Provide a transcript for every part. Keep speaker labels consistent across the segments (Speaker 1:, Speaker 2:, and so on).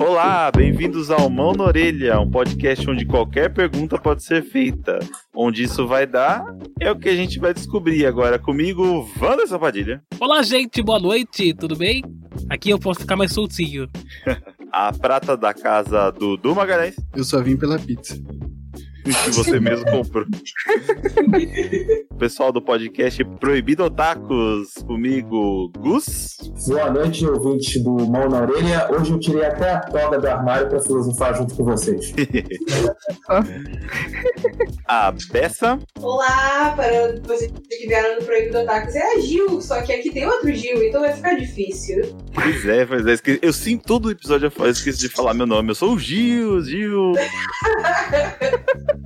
Speaker 1: Olá, bem-vindos ao Mão na Orelha, um podcast onde qualquer pergunta pode ser feita. Onde isso vai dar é o que a gente vai descobrir agora comigo, Wanderson Padilha.
Speaker 2: Olá, gente, boa noite, tudo bem? Aqui eu posso ficar mais soltinho.
Speaker 1: A prata da casa do Dudu Magalhães,
Speaker 3: Eu só vim pela pizza.
Speaker 1: que você mesmo comprou. O pessoal do podcast Proibido Otakus, comigo, Gus.
Speaker 4: Boa noite, ouvinte do Mão na Orelha. Hoje eu tirei até a toga do armário para filosofar junto com vocês.
Speaker 1: A Bessa,
Speaker 5: Olá, para vocês que vieram no Proibido Otakus é a Gil, só que aqui tem outro Gil, então vai ficar difícil.
Speaker 1: pois é, pois é, esque- eu sim, todo episódio eu fa- eu esqueço de falar meu nome, eu sou o Gil, Gil.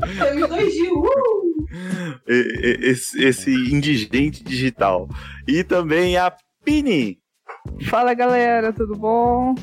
Speaker 5: Temos dois Gil, uh!
Speaker 1: e- e- esse, esse indigente digital. E também a Pini.
Speaker 6: Fala galera, tudo bom?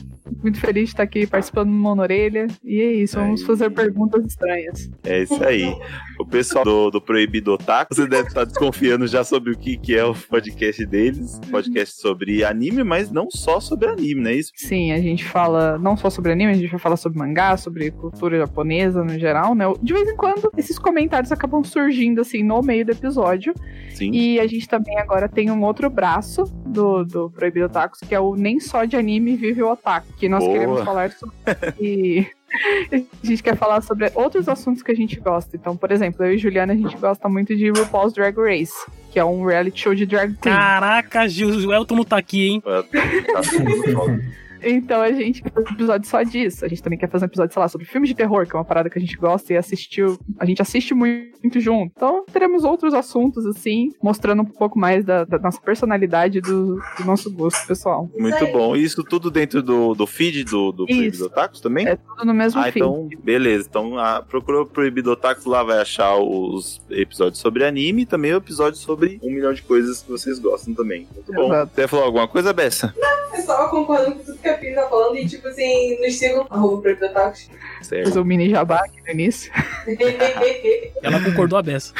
Speaker 6: Muito feliz de estar aqui participando do Mão na Orelha. E é isso, vamos
Speaker 1: Aí.
Speaker 6: fazer perguntas estranhas.
Speaker 1: É isso aí. O pessoal do, do Proibido Otaku, você deve estar desconfiando já sobre o que, que é o podcast deles. Podcast sobre anime, mas não só sobre anime, não é isso?
Speaker 6: Sim, a gente fala não só sobre anime, a gente vai falar sobre mangá, sobre cultura japonesa no geral, né? De vez em quando, esses comentários acabam surgindo assim no meio do episódio.
Speaker 1: Sim.
Speaker 6: E a gente também agora tem um outro braço do, do Proibido Otakus, que é o Nem Só de Anime Vive o Otaku, que nós
Speaker 1: Boa.
Speaker 6: queremos falar sobre. E a gente quer falar sobre outros assuntos que a gente gosta. Então, por exemplo, eu e Juliana, a gente gosta muito de RuPaul's Drag Race, que é um reality show de drag queen.
Speaker 2: Caraca, Gil, o Elton não tá aqui, hein?
Speaker 1: Tá tudo bom.
Speaker 6: Então a gente quer fazer um episódio só disso. A gente também quer fazer um episódio, sei lá, sobre filmes de terror, que é uma parada que a gente gosta e assistiu. A gente assiste muito junto. Então teremos outros assuntos, assim, mostrando um pouco mais da, da nossa personalidade e do, do nosso gosto, pessoal.
Speaker 1: Muito bom. E isso tudo dentro do, do feed do, do Proibido
Speaker 6: Isso.
Speaker 1: Otakus também?
Speaker 6: É tudo no mesmo
Speaker 1: Ah,
Speaker 6: fim.
Speaker 1: então, beleza. Então, ah, procura o Proibido Otaku, lá vai achar os episódios sobre anime e também o episódio sobre um milhão de coisas que vocês gostam também. Muito bom.
Speaker 6: Exato.
Speaker 1: Você falou alguma coisa, Bessa?
Speaker 5: O pessoal concordando com tudo que a Pini tá falando e, tipo assim, nos sigam, arroba Proibido Otakus.
Speaker 1: Certo.
Speaker 6: Fazer o mini jabá aqui no início.
Speaker 2: Ela concordou a beça.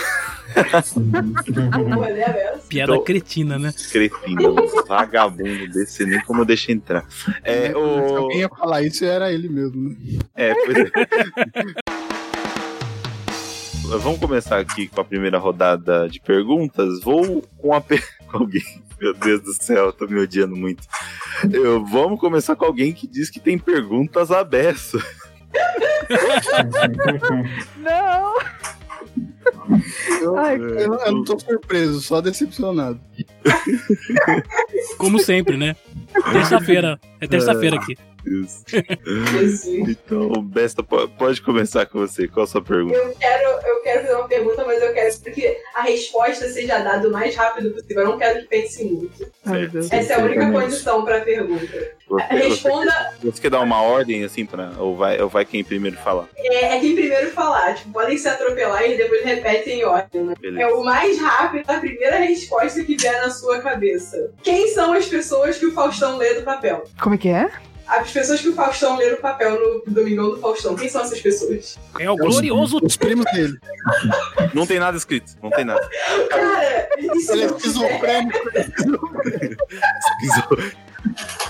Speaker 5: Olha a Bela.
Speaker 2: Piada
Speaker 1: Então-
Speaker 2: cretina, né?
Speaker 1: Cretino, vagabundo desse, nem como eu deixei entrar. É,
Speaker 3: Né? Se
Speaker 1: o...
Speaker 3: alguém ia falar isso, era ele mesmo. né?
Speaker 1: é, pois é. Vamos começar aqui com a primeira rodada de perguntas. Vou com a per... com alguém. Meu Deus do céu, eu tô me odiando muito. Eu, vamos começar com alguém que diz que tem perguntas à beça.
Speaker 6: Não!
Speaker 3: Eu,
Speaker 6: Ai,
Speaker 3: É,
Speaker 1: É,
Speaker 3: eu- eu não tô surpreso, só decepcionado.
Speaker 2: Como sempre, né? Terça-feira. É terça-feira aqui.
Speaker 1: Isso.
Speaker 5: Jesus.
Speaker 1: Então, Besta, po- pode começar com você. Qual a sua pergunta?
Speaker 5: Eu quero, eu quero fazer uma pergunta, mas eu quero que a resposta seja dada o mais rápido possível. Eu não quero que pense muito.
Speaker 6: Ai, meu Deus.
Speaker 5: Essa é a única
Speaker 4: Exatamente.
Speaker 5: condição pra pergunta.
Speaker 1: Você, você,
Speaker 5: Responda
Speaker 1: você quer dar uma ordem assim para ou vai ou vai quem primeiro falar?
Speaker 5: é, é quem primeiro falar. Tipo, podem se atropelar e depois repetem em ordem.
Speaker 1: Beleza.
Speaker 5: É o mais rápido, a primeira resposta que vier na sua cabeça. Quem são as pessoas que o Faustão lê do papel?
Speaker 6: Como é que é?
Speaker 5: As pessoas que o Faustão lê no papel no Domingão do Faustão, quem são essas pessoas?
Speaker 2: É o glorioso.
Speaker 3: Os primos dele.
Speaker 1: Não tem nada escrito, não tem nada.
Speaker 5: Cara, isso
Speaker 3: Ele é
Speaker 5: não é.
Speaker 3: esquizofrênico.
Speaker 1: Esquizo-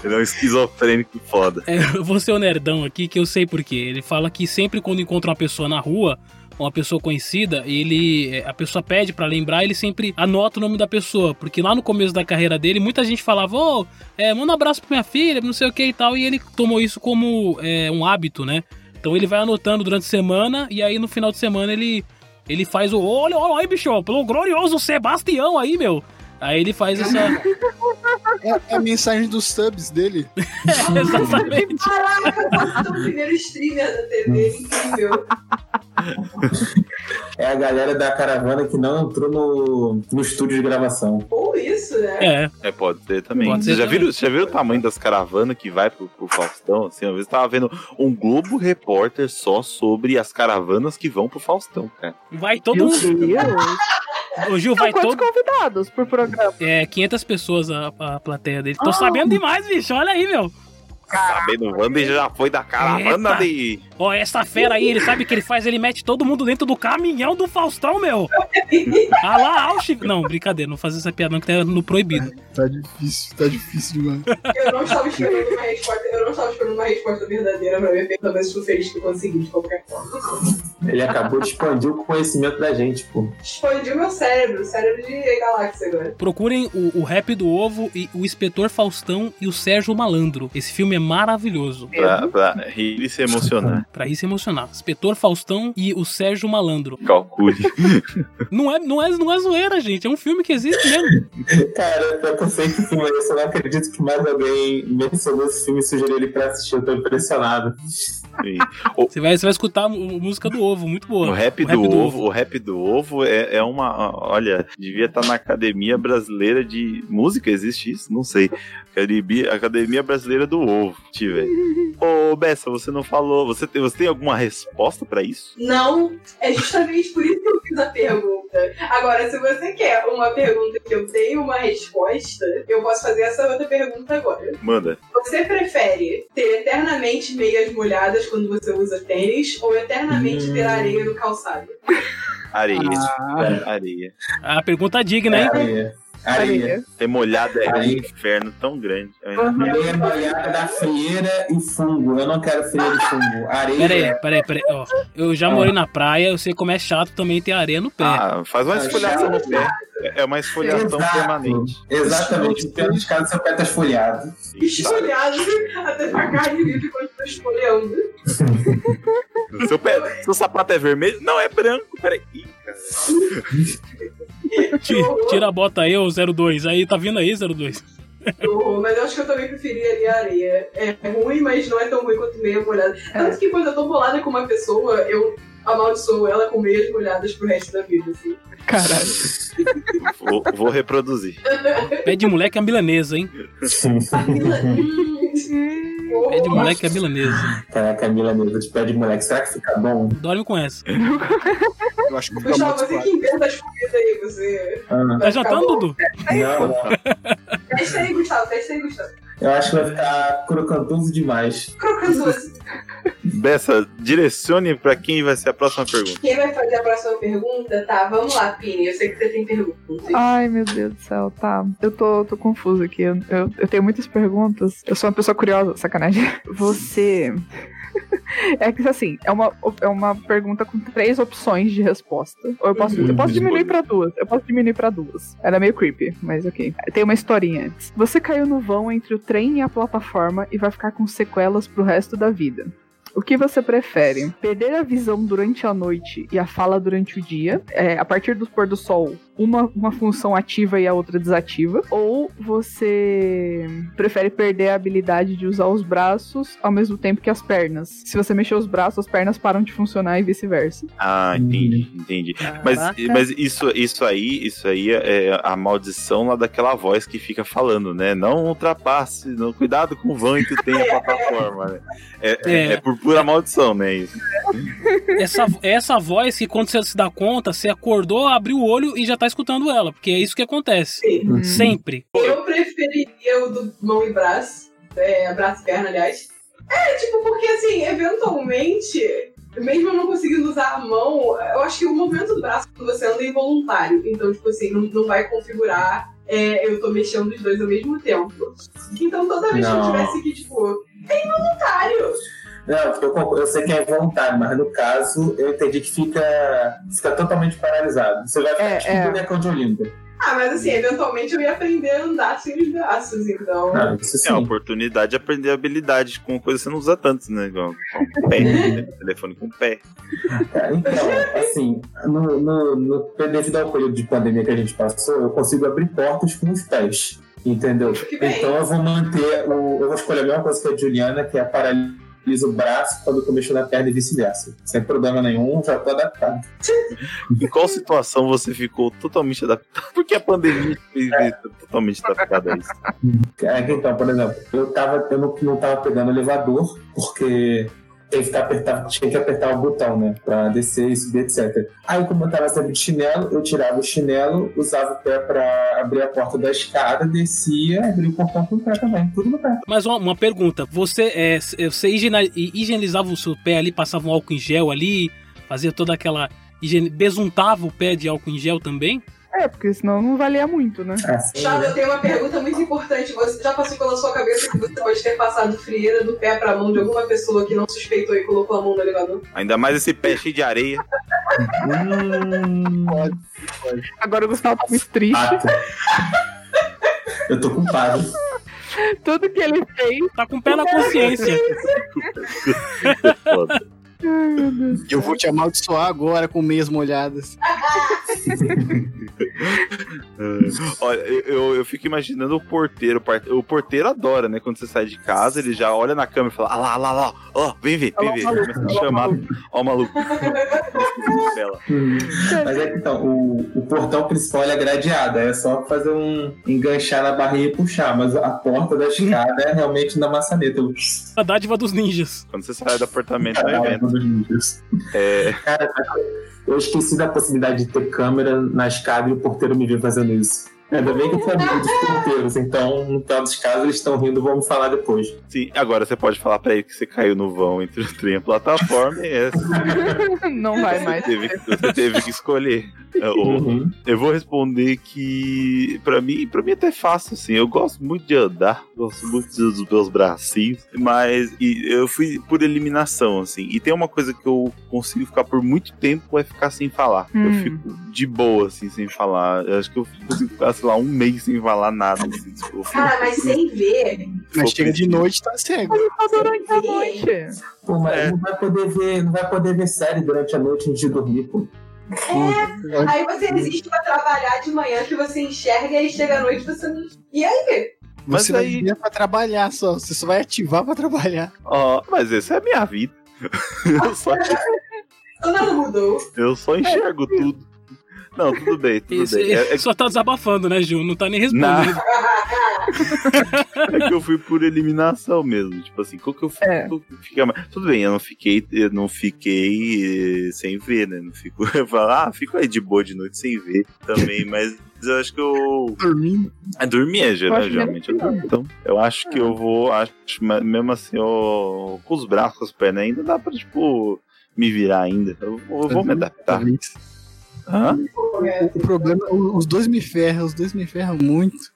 Speaker 1: Ele é um esquizofrênico foda.
Speaker 2: É, eu vou ser o nerdão aqui, que eu sei porquê. Ele fala que sempre quando encontra uma pessoa na rua, uma pessoa conhecida, ele é, a pessoa pede pra lembrar, ele sempre anota o nome da pessoa, porque lá no começo da carreira dele, muita gente falava, ô, é, manda um abraço pra minha filha, não sei o que e tal, e ele tomou isso como é, um hábito, né? Então ele vai anotando durante a semana e aí no final de semana ele ele faz o olha, olha aí, bicho, pelo glorioso Sebastião aí, meu. Aí ele faz essa
Speaker 3: É a mensagem dos subs dele.
Speaker 2: exatamente.
Speaker 5: Caraca, o Faustão é o primeiro streamer da TV, incrível.
Speaker 4: É a galera da caravana que não entrou no, no estúdio de gravação.
Speaker 5: Ou isso, né?
Speaker 2: É,
Speaker 1: É, pode ser também.
Speaker 2: Pode
Speaker 1: Vocês
Speaker 2: ser
Speaker 1: já
Speaker 2: também.
Speaker 1: viram, vocês já viram o tamanho das caravanas que vai pro, pro Faustão? Assim, uma vez eu tava vendo um Globo Repórter só sobre as caravanas que vão pro Faustão, cara.
Speaker 2: vai todo
Speaker 6: meu
Speaker 2: mundo,
Speaker 6: Deus.
Speaker 2: o Gil
Speaker 6: São
Speaker 2: vai
Speaker 6: quantos
Speaker 2: todo
Speaker 6: convidados por programa?
Speaker 2: É, 500 pessoas a, a plateia dele. Tô
Speaker 6: Ah.
Speaker 2: sabendo demais, bicho. Olha aí, meu.
Speaker 1: Sabendo, Tá o Wander já foi da caravana
Speaker 2: Eita.
Speaker 1: de.
Speaker 2: Ó, essa fera aí, ele sabe o que ele faz? Ele mete todo mundo dentro do caminhão do Faustão, meu! Ah lá, Auschwitz! Não, brincadeira, não fazer essa piada não, que tá no proibido.
Speaker 3: Tá difícil, tá difícil demais.
Speaker 5: Eu não estava esperando uma resposta, eu não estava esperando uma resposta verdadeira pra ver, talvez estou feliz que eu consegui de qualquer forma.
Speaker 4: Ele acabou de expandir o conhecimento da gente, pô.
Speaker 5: Expandiu meu cérebro, cérebro de galáxia agora.
Speaker 2: Procurem o, o Rap do Ovo e o Inspetor Faustão e o Sérgio Malandro. Esse filme é maravilhoso.
Speaker 1: Pra, pra rir e se emocionar.
Speaker 2: Pra ir se emocionar. Inspetor Faustão e o Sérgio Malandro.
Speaker 1: Calcule.
Speaker 2: Não é, não é, não é zoeira, gente. É um filme que existe mesmo.
Speaker 4: Cara, eu não sei que filme é esse, eu não acredito que mais alguém mencionou esse filme e sugeriu ele pra assistir, eu tô impressionado.
Speaker 1: Sim.
Speaker 2: Você vai, você vai escutar a mu- música do Ovo, muito boa.
Speaker 1: O rap, do, ovo, o rap do ovo é, é uma. Olha, devia estar na Academia Brasileira de Música, existe isso? Não sei. Academia, Academia Brasileira do Ovo, tiver. Ô, Bessa, você não falou. Você tem, você tem alguma resposta pra isso?
Speaker 5: Não, é justamente por isso que eu fiz a pergunta. Agora, se você quer uma pergunta que eu dei uma resposta, eu posso fazer essa outra pergunta agora.
Speaker 1: Manda.
Speaker 5: Você prefere ter eternamente meias molhadas quando você usa tênis ou eternamente ter areia no calçado?
Speaker 1: Areia.
Speaker 3: Ah,
Speaker 1: Areia.
Speaker 2: A pergunta digna, hein?
Speaker 4: Areia. Areia.
Speaker 6: Areia.
Speaker 1: Ter molhado é um
Speaker 4: Areia.
Speaker 1: inferno tão grande. É um
Speaker 6: Uhum.
Speaker 1: inferno.
Speaker 4: Areia molhada da frieira e fungo. Eu não quero frieira e fungo. Areia.
Speaker 2: Pera aí, pera aí, pera aí. Ó, eu já morei na praia, eu sei como é chato também ter areia no pé.
Speaker 1: Ah, faz uma
Speaker 4: Ah,
Speaker 1: esfolhação no pé. É uma esfolhação
Speaker 4: Exato.
Speaker 1: permanente.
Speaker 4: Exatamente. Pelo caso, seu pé tá esfolhado.
Speaker 5: Esfolhado até sua carne vive quando estou esfolhando.
Speaker 1: Seu, pé, seu sapato é vermelho? Não, é branco. Peraí. Ih, cara.
Speaker 2: Ti- Tira a bota aí, ô 02. Aí, tá vindo aí, 02?
Speaker 5: Eu- Mas eu acho que eu também preferiria a areia. É ruim, mas não é tão ruim quanto meia molhada. Tanto que quando eu tô bolada com uma pessoa, eu amaldiçoo ela com meias molhadas pro resto da vida, assim.
Speaker 6: Caralho.
Speaker 1: Vou, vou reproduzir.
Speaker 5: É
Speaker 2: Pé de moleque é milanesa, hein?
Speaker 5: A Mila- Hum,
Speaker 2: Pé de moleque é milanesa.
Speaker 4: Caraca, Camila, mesa de pé de moleque. Será que fica bom?
Speaker 2: Dorme com essa.
Speaker 3: eu acho que eu vou ficar
Speaker 5: Gustavo,
Speaker 3: muito
Speaker 5: você que
Speaker 3: claro.
Speaker 5: inventa as comidas aí, você.
Speaker 4: Ah, não.
Speaker 2: Tá jantando, Dudu?
Speaker 4: não.
Speaker 5: Testa aí, Gustavo, testa aí, Gustavo.
Speaker 4: Eu acho que vai ficar crocantoso demais.
Speaker 5: Crocandoso.
Speaker 1: Bessa, direcione pra quem vai ser a próxima pergunta.
Speaker 5: Quem vai fazer a próxima pergunta? Tá, vamos lá, Pini. Eu sei que você tem perguntas.
Speaker 6: Ai, meu Deus do céu, tá. Eu tô, tô confusa aqui. Eu, eu- eu tenho muitas perguntas. Eu sou uma pessoa curiosa, sacanagem. Você. É que assim, é uma, é uma pergunta com três opções de resposta. Ou eu posso, eu posso diminuir pra duas. Eu posso diminuir pra duas. Era meio creepy, mas ok. Tem uma historinha antes. Você caiu no vão entre o trem e a plataforma e vai ficar com sequelas pro resto da vida. O que você prefere? Perder a visão durante a noite e a fala durante o dia? É, a partir do pôr do sol, uma, uma função ativa e a outra desativa? Ou você prefere perder a habilidade de usar os braços ao mesmo tempo que as pernas? Se você mexer os braços, as pernas param de funcionar e vice-versa.
Speaker 1: Ah, entendi, entendi. Mas, mas isso, isso aí, isso aí é a maldição lá daquela voz que fica falando, né? Não ultrapasse, não, cuidado com o vão que tem a plataforma. né? É, é-
Speaker 2: É.
Speaker 1: é por pura maldição, né? Isso.
Speaker 2: Essa, essa voz que quando você se dá conta, você acordou, abriu o olho e já tá escutando ela. Porque é isso que acontece.
Speaker 5: Sim.
Speaker 6: Hum.
Speaker 2: Sempre.
Speaker 5: Eu preferiria o do mão e braço. É, braço e perna, aliás. É, tipo, porque assim, eventualmente, mesmo eu não conseguindo usar a mão, eu acho que o movimento do braço quando você anda é involuntário. Então, tipo assim, não, não vai configurar. é, eu tô mexendo os dois ao mesmo tempo. Então, toda vez que
Speaker 4: Não.
Speaker 5: eu tivesse que, tipo, é involuntário.
Speaker 4: Não, eu, concordo, eu sei que é vontade, mas no caso eu entendi que fica, fica totalmente paralisado. Você vai ficar
Speaker 6: É,
Speaker 4: tipo
Speaker 6: é.
Speaker 4: bonecão de Olinda.
Speaker 5: Ah, mas assim, eventualmente eu ia aprender a andar sem os braços, então.
Speaker 4: Não, isso
Speaker 1: É uma
Speaker 4: sim.
Speaker 1: oportunidade de aprender habilidade com coisa que você não usa tanto, né? Igual com o pé,
Speaker 4: Uhum.
Speaker 1: né? telefone com o pé.
Speaker 4: Cara, Hum. Então, assim, no, no, no- devido ao período de pandemia que a gente passou, eu consigo abrir portas com os pés. Entendeu?
Speaker 5: Que bem.
Speaker 4: Então eu vou manter o. Eu vou escolher a mesma coisa que a Juliana, que é paralisa o braço quando eu mexo na perna e vice-versa. Sem problema nenhum, já tô adaptado.
Speaker 1: Em qual situação você ficou totalmente adaptado? Porque a pandemia te fez totalmente adaptada a isso.
Speaker 4: É, então, por exemplo, eu, tava, eu não, não tava pegando elevador, porque tem que ficar apertar, tinha que apertar o botão, né? Pra descer e subir, etc. Aí, como eu tava sempre de chinelo, eu tirava o chinelo, usava o pé pra abrir a porta da escada, descia, abria o portão com o pé também, tudo no pé.
Speaker 2: Mas uma, uma pergunta, você, é, você higiena- hi- higienizava o seu pé ali, passava um álcool em gel ali, fazia toda aquela... higiene- Besuntava o pé de álcool em gel também?
Speaker 6: É, porque senão não valia muito, né?
Speaker 4: Assim,
Speaker 5: Chava,
Speaker 4: né?
Speaker 5: eu tenho uma pergunta muito importante. Você já passou pela sua cabeça que você pode ter passado frieira do pé pra mão de alguma pessoa que não suspeitou e colocou a mão no elevador?
Speaker 1: Ainda mais esse pé cheio de areia.
Speaker 4: Hum,
Speaker 6: Agora o Gustavo tá muito triste.
Speaker 4: pato. Eu tô culpado.
Speaker 6: Tudo que ele fez.
Speaker 2: Tá com o pé na consciência.
Speaker 1: Foda.
Speaker 3: Eu vou te amaldiçoar agora com meias molhadas.
Speaker 1: Olha, eu, eu, eu fico imaginando o porteiro. par- O porteiro adora, né? Quando você sai de casa, ele já olha na câmera e fala: Ah lá, ah lá, ah lá, ó, vem ver, vem ver. Começa a chamar. Ó, o maluco. Ela.
Speaker 4: Hum. Mas é que então, o, o portão principal ele é gradeado, é só fazer um enganchar na barriga e puxar, mas a porta da escada é realmente na maçaneta. Eu-
Speaker 1: É
Speaker 2: A dádiva dos ninjas.
Speaker 1: Quando você sai do apartamento, vai
Speaker 4: Caralho,
Speaker 1: vendo.
Speaker 4: todos os dias.
Speaker 1: É,
Speaker 4: Cara, eu esqueci da possibilidade de ter câmera na escada e o porteiro me viu fazendo isso. Ainda bem que eu fui amigo dos porteiros, então, no pior dos casos, eles estão rindo, vamos falar depois.
Speaker 1: sim, agora você pode falar pra ele que você caiu no vão entre o trem e a plataforma. E essa
Speaker 6: não vai
Speaker 1: você
Speaker 6: mais.
Speaker 1: teve, que- você teve que escolher. É, ou-
Speaker 4: Uhum.
Speaker 1: Eu vou responder que pra mim, para mim até é fácil assim. Eu gosto muito de andar, gosto muito dos meus bracinhos, mas e eu fui por eliminação assim. E tem uma coisa que eu consigo ficar por muito tempo é ficar sem falar. Eu
Speaker 6: Hum.
Speaker 1: fico de boa assim sem falar. Eu acho que eu consigo ficar sei lá um mês sem falar nada. Assim, se eu for-
Speaker 5: Cara, mas sem ver.
Speaker 1: Vou
Speaker 3: Mas chega de
Speaker 1: precisar.
Speaker 3: noite, tá cego.
Speaker 6: Só durante a noite.
Speaker 4: Pô, mas
Speaker 1: É.
Speaker 4: não vai poder ver, não vai poder ver série durante a noite antes de dormir, pô.
Speaker 5: Aí você existe pra trabalhar de manhã que você enxerga e aí chega à noite você não. E aí?
Speaker 1: Mas
Speaker 3: Você vai
Speaker 1: aí-
Speaker 3: virar pra trabalhar só. Você só vai ativar pra trabalhar.
Speaker 1: Ó, mas essa é a minha vida. eu, só,
Speaker 5: Então nada mudou.
Speaker 1: eu só enxergo tudo. Não, tudo bem, tudo
Speaker 2: Isso,
Speaker 1: bem. É- é
Speaker 2: Só tá desabafando, né, Gil? Não tá nem respondendo.
Speaker 1: É que eu fui por eliminação mesmo. Tipo assim, qual que eu fui?
Speaker 6: É.
Speaker 1: qual que fica mais- Tudo bem, eu não fiquei, eu não fiquei eh, sem ver, né? Não fico. Eu falo, ah, fico aí de boa de noite sem ver também, mas eu acho que eu.
Speaker 3: Dormindo.
Speaker 1: É, dormir é
Speaker 6: Eu
Speaker 1: geral,
Speaker 6: acho que Ah.
Speaker 1: geralmente. Eu
Speaker 6: deve ser
Speaker 1: durmo. Então, eu acho que eu vou. Acho, mas mesmo assim, eu, com os braços, com as pernas ainda, dá pra, tipo, me virar ainda. Eu, vou- eu
Speaker 6: Uhum.
Speaker 1: vou me adaptar.
Speaker 3: Talvez.
Speaker 1: Hã?
Speaker 5: É.
Speaker 3: O problema, o- os dois me ferram, os dois me ferram muito.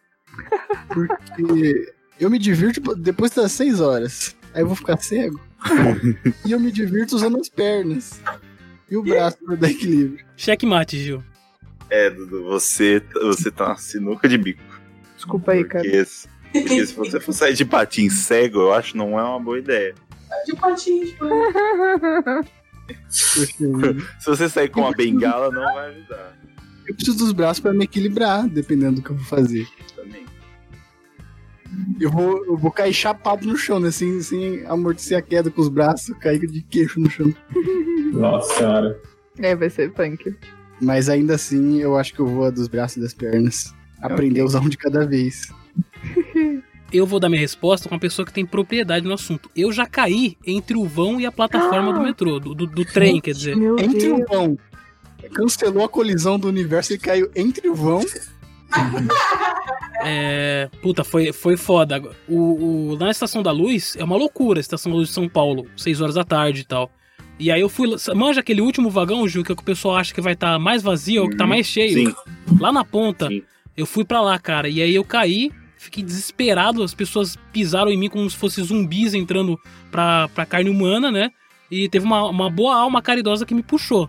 Speaker 3: Porque eu me divirto depois das seis horas. Aí eu vou ficar cego. e eu me divirto usando as pernas. E o braço pra dar equilíbrio.
Speaker 2: Checkmate, Gil.
Speaker 1: É, Dudu, você, você tá na sinuca de bico.
Speaker 6: Desculpa aí, cara.
Speaker 1: Porque se, porque se você for sair de patins cego, eu acho que não é uma boa ideia.
Speaker 5: De patins, pô.
Speaker 3: Porque eu
Speaker 1: Se você sair com uma bengala, não vai ajudar
Speaker 3: preciso dos braços pra me equilibrar, dependendo do que eu vou fazer.
Speaker 1: também.
Speaker 3: Eu vou, eu vou cair chapado no chão, né? Sem, sem amortecer a queda com os braços, eu caio de queixo no chão.
Speaker 4: Nossa senhora.
Speaker 6: É, vai ser punk.
Speaker 3: Mas ainda assim, eu acho que eu vou a dos braços e das pernas. Aprender a usar um de cada vez.
Speaker 2: Eu vou dar minha resposta com uma pessoa que tem propriedade no assunto. Eu já caí entre o vão e a plataforma do metrô, do, do- do trem, quer dizer.
Speaker 6: Meu
Speaker 3: Entre
Speaker 6: Deus.
Speaker 3: o vão. Cancelou a colisão do universo e caiu entre o vão.
Speaker 2: É, puta, foi, foi foda. O, o- lá na Estação da Luz é uma loucura a Estação da Luz de São Paulo, 6 horas da tarde e tal. E aí eu fui. lá- Manja aquele último vagão, Gil, que é o que o pessoal acha que vai estar mais vazio, é o que tá
Speaker 1: Uhum.
Speaker 2: mais cheio.
Speaker 1: Sim,
Speaker 2: Lá na ponta,
Speaker 1: Sim.
Speaker 2: eu fui pra lá, cara. E aí eu caí, fiquei desesperado. As pessoas pisaram em mim como se fossem zumbis entrando pra, pra carne humana, né? E teve uma, uma boa alma caridosa que me puxou.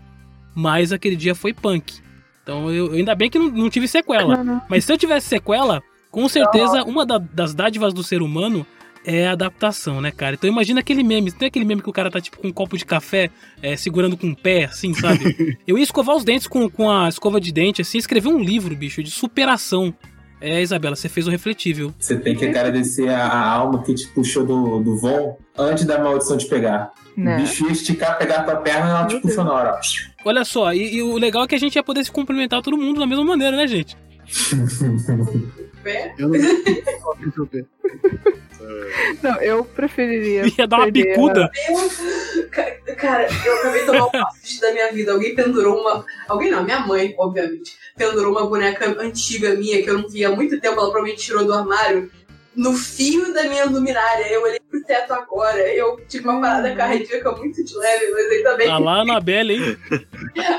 Speaker 2: Mas aquele dia foi punk. Então eu ainda bem que não, não tive sequela. Mas se eu tivesse sequela, com certeza uma da- das dádivas do ser humano é a adaptação, né, cara? Então imagina aquele meme. Tem aquele meme que o cara tá tipo com um copo de café é, segurando com o pé, assim, sabe? eu ia escovar os dentes com, com a escova de dente, assim, escrever um livro, bicho, de superação. É, Isabela, você fez o refletível.
Speaker 4: Você tem que agradecer a, a alma que te puxou do, do vão antes da maldição te pegar. O
Speaker 6: Né?
Speaker 4: bicho ia esticar, pegar tua perna e ela te
Speaker 6: Meu
Speaker 4: puxou na hora.
Speaker 2: Olha só, e, e o legal é que a gente ia poder se cumprimentar todo mundo da mesma maneira, né, gente?
Speaker 5: Pé.
Speaker 3: Eu não. Deixa eu ver.
Speaker 6: Não, eu preferiria.
Speaker 2: Ia dar uma
Speaker 6: perder a-
Speaker 2: bicuda.
Speaker 5: Eu- ca- Cara, eu acabei de tomar um passo da minha vida. Alguém pendurou uma. Alguém não, minha mãe, obviamente. Pendurou uma boneca antiga minha que eu não via há muito tempo. Ela provavelmente tirou do armário. No fio da minha luminária. Eu olhei pro teto agora. Eu tive uma parada cardíaca muito de leve, mas ainda bem.
Speaker 2: Tá lá na Bela, hein?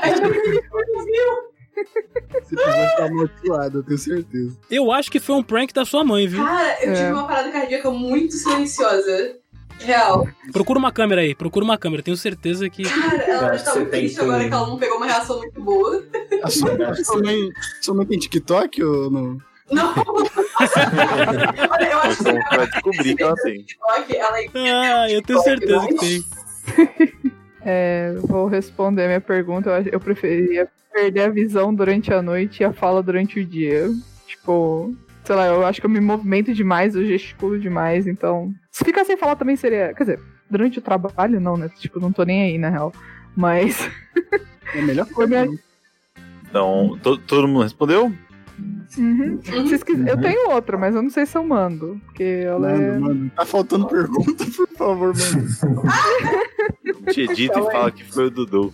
Speaker 5: Ainda bem que ele não viu.
Speaker 3: Esse episódio tá amaldiçoado, eu tenho certeza.
Speaker 2: Eu acho que foi um prank da sua mãe, viu?
Speaker 5: Cara, eu
Speaker 6: É.
Speaker 5: tive uma parada cardíaca muito silenciosa. Real.
Speaker 2: Procura uma câmera aí, procura uma câmera. Tenho certeza que.
Speaker 5: Cara,
Speaker 4: Eu
Speaker 5: ela
Speaker 4: acho
Speaker 5: está
Speaker 4: que
Speaker 5: muito
Speaker 4: você tem
Speaker 5: triste
Speaker 4: que-
Speaker 5: agora que ela não pegou uma reação muito boa.
Speaker 3: A sua, a sua mãe, sua mãe tem TikTok ou não?
Speaker 5: Não! Olha, eu acho que
Speaker 1: Então, pra descobrir que ela tem.
Speaker 5: TikTok, ela é-
Speaker 2: Ah, eu tenho certeza que tem.
Speaker 6: É, vou responder a minha pergunta. Eu, acho- eu preferiria perder a visão durante a noite e a fala durante o dia. Tipo, sei lá, eu acho que eu me movimento demais, eu gesticulo demais, então. Se ficar sem falar também seria. Quer dizer, durante o trabalho não, né? Tipo, não tô nem aí, na real. Mas.
Speaker 3: É a melhor coisa. né?
Speaker 1: Então, to- todo mundo respondeu?
Speaker 6: Uhum. Se vocês quis- Eu tenho outra, mas eu não sei se eu mando. Porque ela é.
Speaker 3: Mano, mano, tá faltando pergunta, por favor, mano.
Speaker 1: Te edita e fala que foi o Dudu.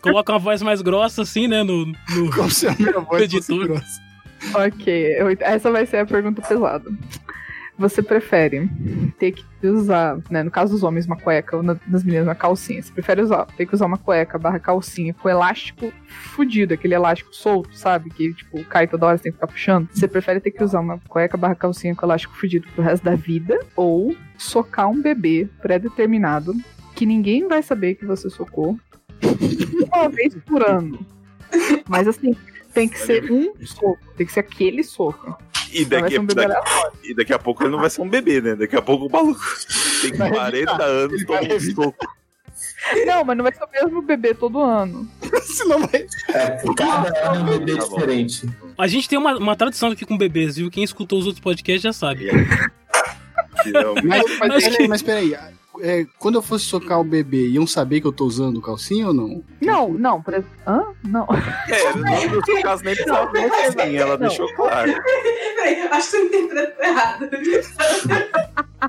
Speaker 2: Coloca uma voz mais grossa assim, né? No, no-
Speaker 3: Como se a minha voz fosse
Speaker 2: Editor.
Speaker 3: grossa.
Speaker 6: Ok, eu- essa vai ser a pergunta pesada. Você prefere ter que usar, né, no caso dos homens, uma cueca, ou na- das meninas, uma calcinha? Você prefere usar, ter que usar uma cueca barra calcinha com elástico fudido, aquele elástico solto, sabe? Que, tipo, cai toda hora, você tem que ficar puxando. Você prefere ter que usar uma cueca barra calcinha com elástico fudido pro resto da vida? Ou socar um bebê pré-determinado que ninguém vai saber que você socou uma vez por ano? Mas assim, tem que ser um soco, tem que ser aquele soco.
Speaker 1: E
Speaker 6: Não vai
Speaker 1: daqui, é
Speaker 6: ser um bebê
Speaker 1: daqui- e daqui a pouco ele não vai ser um bebê, né? Daqui a pouco o maluco tem
Speaker 3: Vai
Speaker 1: 40 anos,
Speaker 3: Ele
Speaker 1: toma
Speaker 3: vai
Speaker 1: um
Speaker 3: revitar.
Speaker 1: soco.
Speaker 6: aleatório. Não, mas não vai ser o mesmo bebê todo ano.
Speaker 3: Senão vai.
Speaker 4: É, cada ano é um bebê
Speaker 1: Tá bom.
Speaker 4: diferente.
Speaker 2: A gente tem uma, uma tradição aqui com bebês, viu? Quem escutou os outros podcasts já sabe.
Speaker 1: E aí? Não,
Speaker 3: Mas, mas,
Speaker 2: Acho
Speaker 3: peraí,
Speaker 2: que-
Speaker 3: mas peraí. é, quando eu fosse socar o bebê, iam saber que eu tô usando calcinha ou não?
Speaker 6: Não, não, por exemplo. Hã? Não.
Speaker 1: É, não no seu caso nem precisava
Speaker 6: Não,
Speaker 1: dizer assim, ela
Speaker 6: não.
Speaker 1: deixou claro.
Speaker 5: Peraí, acho que você interpretou errado.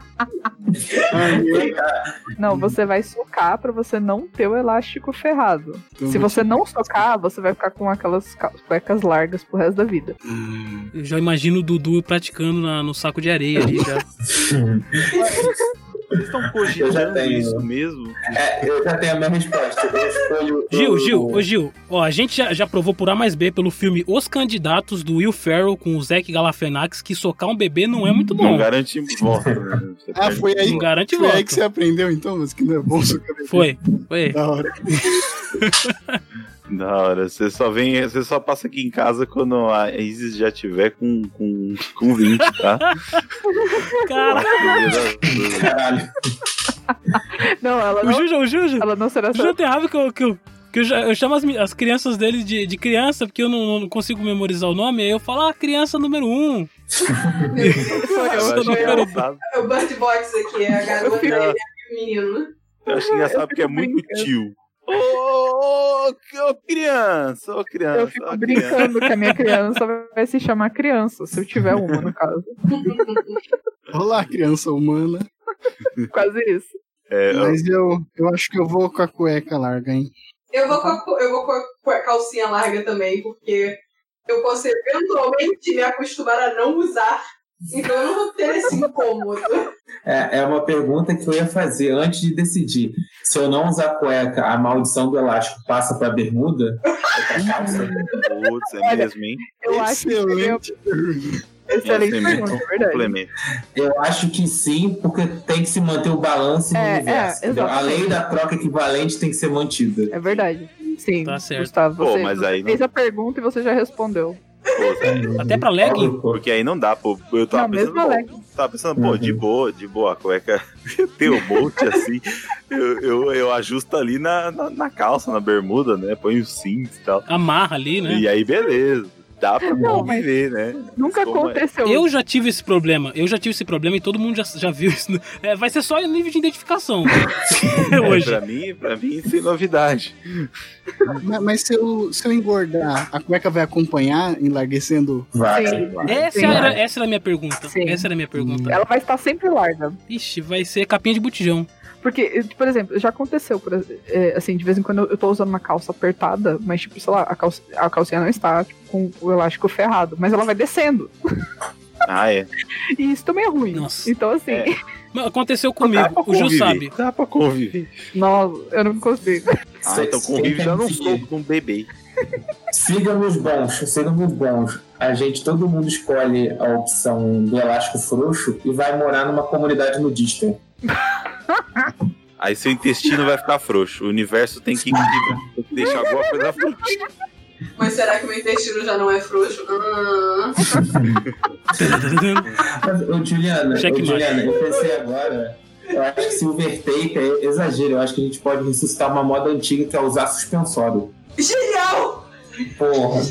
Speaker 3: Ah, eu-
Speaker 6: Não, você vai socar pra você não ter o elástico ferrado.
Speaker 3: então
Speaker 6: Se
Speaker 3: eu vou-
Speaker 6: você não socar, você vai ficar com aquelas ca- cuecas largas pro resto da vida.
Speaker 3: Hum,
Speaker 2: Eu já imagino o Dudu praticando na- no saco de areia ali já.
Speaker 1: Vocês estão
Speaker 4: já
Speaker 1: cogitando
Speaker 4: tenho.
Speaker 1: isso mesmo?
Speaker 4: É, eu já tenho a minha resposta. Eu escolho.
Speaker 2: Gil,
Speaker 4: o-
Speaker 2: Gil, ô Gil, ó, a gente já, já provou por A mais B pelo filme Os Candidatos do Will Ferrell com o Zac Galafianakis que socar um bebê não é muito
Speaker 1: Não
Speaker 2: bom.
Speaker 1: garante voto. né? Você
Speaker 3: Ah,
Speaker 1: perde-
Speaker 3: foi aí,
Speaker 2: Não garante
Speaker 3: foi aí
Speaker 2: voto.
Speaker 3: que você aprendeu então, mas que não é bom socar bebê.
Speaker 2: Foi, foi.
Speaker 3: Da hora.
Speaker 1: Da hora, você só vem, você só passa aqui em casa quando a Isis já tiver com, com, com 20, tá?
Speaker 2: Cara,
Speaker 4: Caralho.
Speaker 6: Não, ela
Speaker 2: o
Speaker 6: não,
Speaker 2: Juju, o Juju.
Speaker 6: ela não será
Speaker 2: O Juju tem raiva que eu, que eu, que eu, já- eu chamo as, mi- as crianças dele de, de criança porque eu não, não consigo memorizar o nome. Aí eu falo, ah, criança número um.
Speaker 6: Sou eu,
Speaker 1: Eu
Speaker 2: Criança
Speaker 1: acho
Speaker 6: sou eu.
Speaker 2: número
Speaker 1: engraçado,
Speaker 5: É o Bud Box aqui, é a garota
Speaker 6: fico-
Speaker 5: e é o menino.
Speaker 1: eu acho engraçado porque é muito tio. Ô, ô, ô, que- ô, criança, ô, criança.
Speaker 6: Eu fico
Speaker 1: ô, criança.
Speaker 6: brincando que a minha criança vai se chamar criança, se eu tiver uma, no caso.
Speaker 3: Olá, criança humana.
Speaker 6: Quase isso.
Speaker 1: É, eu-
Speaker 3: Mas eu, eu acho que eu vou com a cueca larga, hein?
Speaker 5: Eu vou, com a, co- eu vou com a- com a calcinha larga também, porque eu posso eventualmente me acostumar a não usar. Então eu não vou ter esse incômodo.
Speaker 4: É, é uma pergunta que eu ia fazer antes de decidir. Se eu não usar cueca, a maldição do elástico passa pra bermuda? Ou pra calça?
Speaker 1: Putz, é mesmo, hein?
Speaker 6: Eu acho que seria
Speaker 3: Excelente.
Speaker 6: excelente
Speaker 1: Esse é
Speaker 6: pergunta,
Speaker 1: muito
Speaker 6: é verdade.
Speaker 1: Complemento.
Speaker 4: Eu acho que sim, porque tem que se manter o balanço
Speaker 6: É,
Speaker 4: do universo.
Speaker 6: é,
Speaker 4: entendeu? a
Speaker 6: exatamente.
Speaker 4: lei da troca equivalente tem que ser mantida.
Speaker 6: É verdade. Sim,
Speaker 2: Tá certo.
Speaker 6: Gustavo,
Speaker 1: Pô,
Speaker 6: você,
Speaker 1: mas
Speaker 6: você
Speaker 1: aí não-
Speaker 6: fez a pergunta e você já respondeu.
Speaker 1: Pô, sério,
Speaker 2: Até pra legging.
Speaker 1: é, porque aí não dá, pô. Eu tava pensando,
Speaker 6: Não, mesmo Uhum.
Speaker 1: pô,
Speaker 6: Alex.
Speaker 1: tava pensando, pô, de boa, de boa, a cueca tem um monte assim. Eu, eu, eu ajusto ali na, na, na calça, na bermuda, né? Põe o cinto e tal.
Speaker 2: Amarra ali, né?
Speaker 1: E aí, beleza. dá pra
Speaker 6: Não,
Speaker 1: conviver, né?
Speaker 6: Nunca
Speaker 1: Como é?
Speaker 6: aconteceu.
Speaker 2: Eu já tive esse problema, eu já tive esse problema e todo mundo já, já viu isso. É, vai ser só o nível de identificação
Speaker 1: É,
Speaker 2: hoje.
Speaker 1: pra mim, pra mim, sem novidade.
Speaker 3: Mas, mas se, eu, se eu engordar, a cueca vai acompanhar, enlarguecendo?
Speaker 4: Vai.
Speaker 6: Sim.
Speaker 4: vai.
Speaker 2: Essa
Speaker 6: Sim.
Speaker 2: era, essa era a minha pergunta.
Speaker 6: Sim.
Speaker 2: Essa era a minha pergunta.
Speaker 6: Ela vai estar sempre larga.
Speaker 1: Uhum.
Speaker 2: Ixi, vai ser capinha de botijão.
Speaker 6: Porque, por exemplo, já aconteceu, por ex- é, assim, de vez em quando eu- eu tô usando uma calça apertada, mas, tipo, sei lá, a, calça, a calcinha não está tipo, com o elástico ferrado, mas ela vai descendo.
Speaker 1: Ah, é.
Speaker 6: E isso também é ruim.
Speaker 2: Nossa.
Speaker 6: Então, assim,
Speaker 1: É.
Speaker 2: Mas Aconteceu
Speaker 1: Dá pra
Speaker 2: comigo, o Gil
Speaker 1: conviver,
Speaker 2: sabe.
Speaker 1: Dá pra conviver.
Speaker 6: não, eu não consigo.
Speaker 1: Ah, então
Speaker 4: Sim,
Speaker 1: convive
Speaker 4: sim.
Speaker 1: já não sou com um bebê.
Speaker 4: Sigam os bons, sigam os bons. A gente, todo mundo escolhe a opção do elástico frouxo e vai morar numa comunidade nudista.
Speaker 1: Aí seu intestino vai ficar frouxo. O universo tem que equilibrar. Tem que deixar alguma coisa frouxa.
Speaker 5: Mas será que o meu intestino já não é frouxo? Hum.
Speaker 4: Mas, ô, Juliana, ô,
Speaker 2: Checkmate.
Speaker 4: Juliana, eu pensei agora. Eu acho que silver tape é exagero. Eu acho que a gente pode ressuscitar uma moda antiga que é usar suspensório.
Speaker 5: Genial!
Speaker 4: Porra.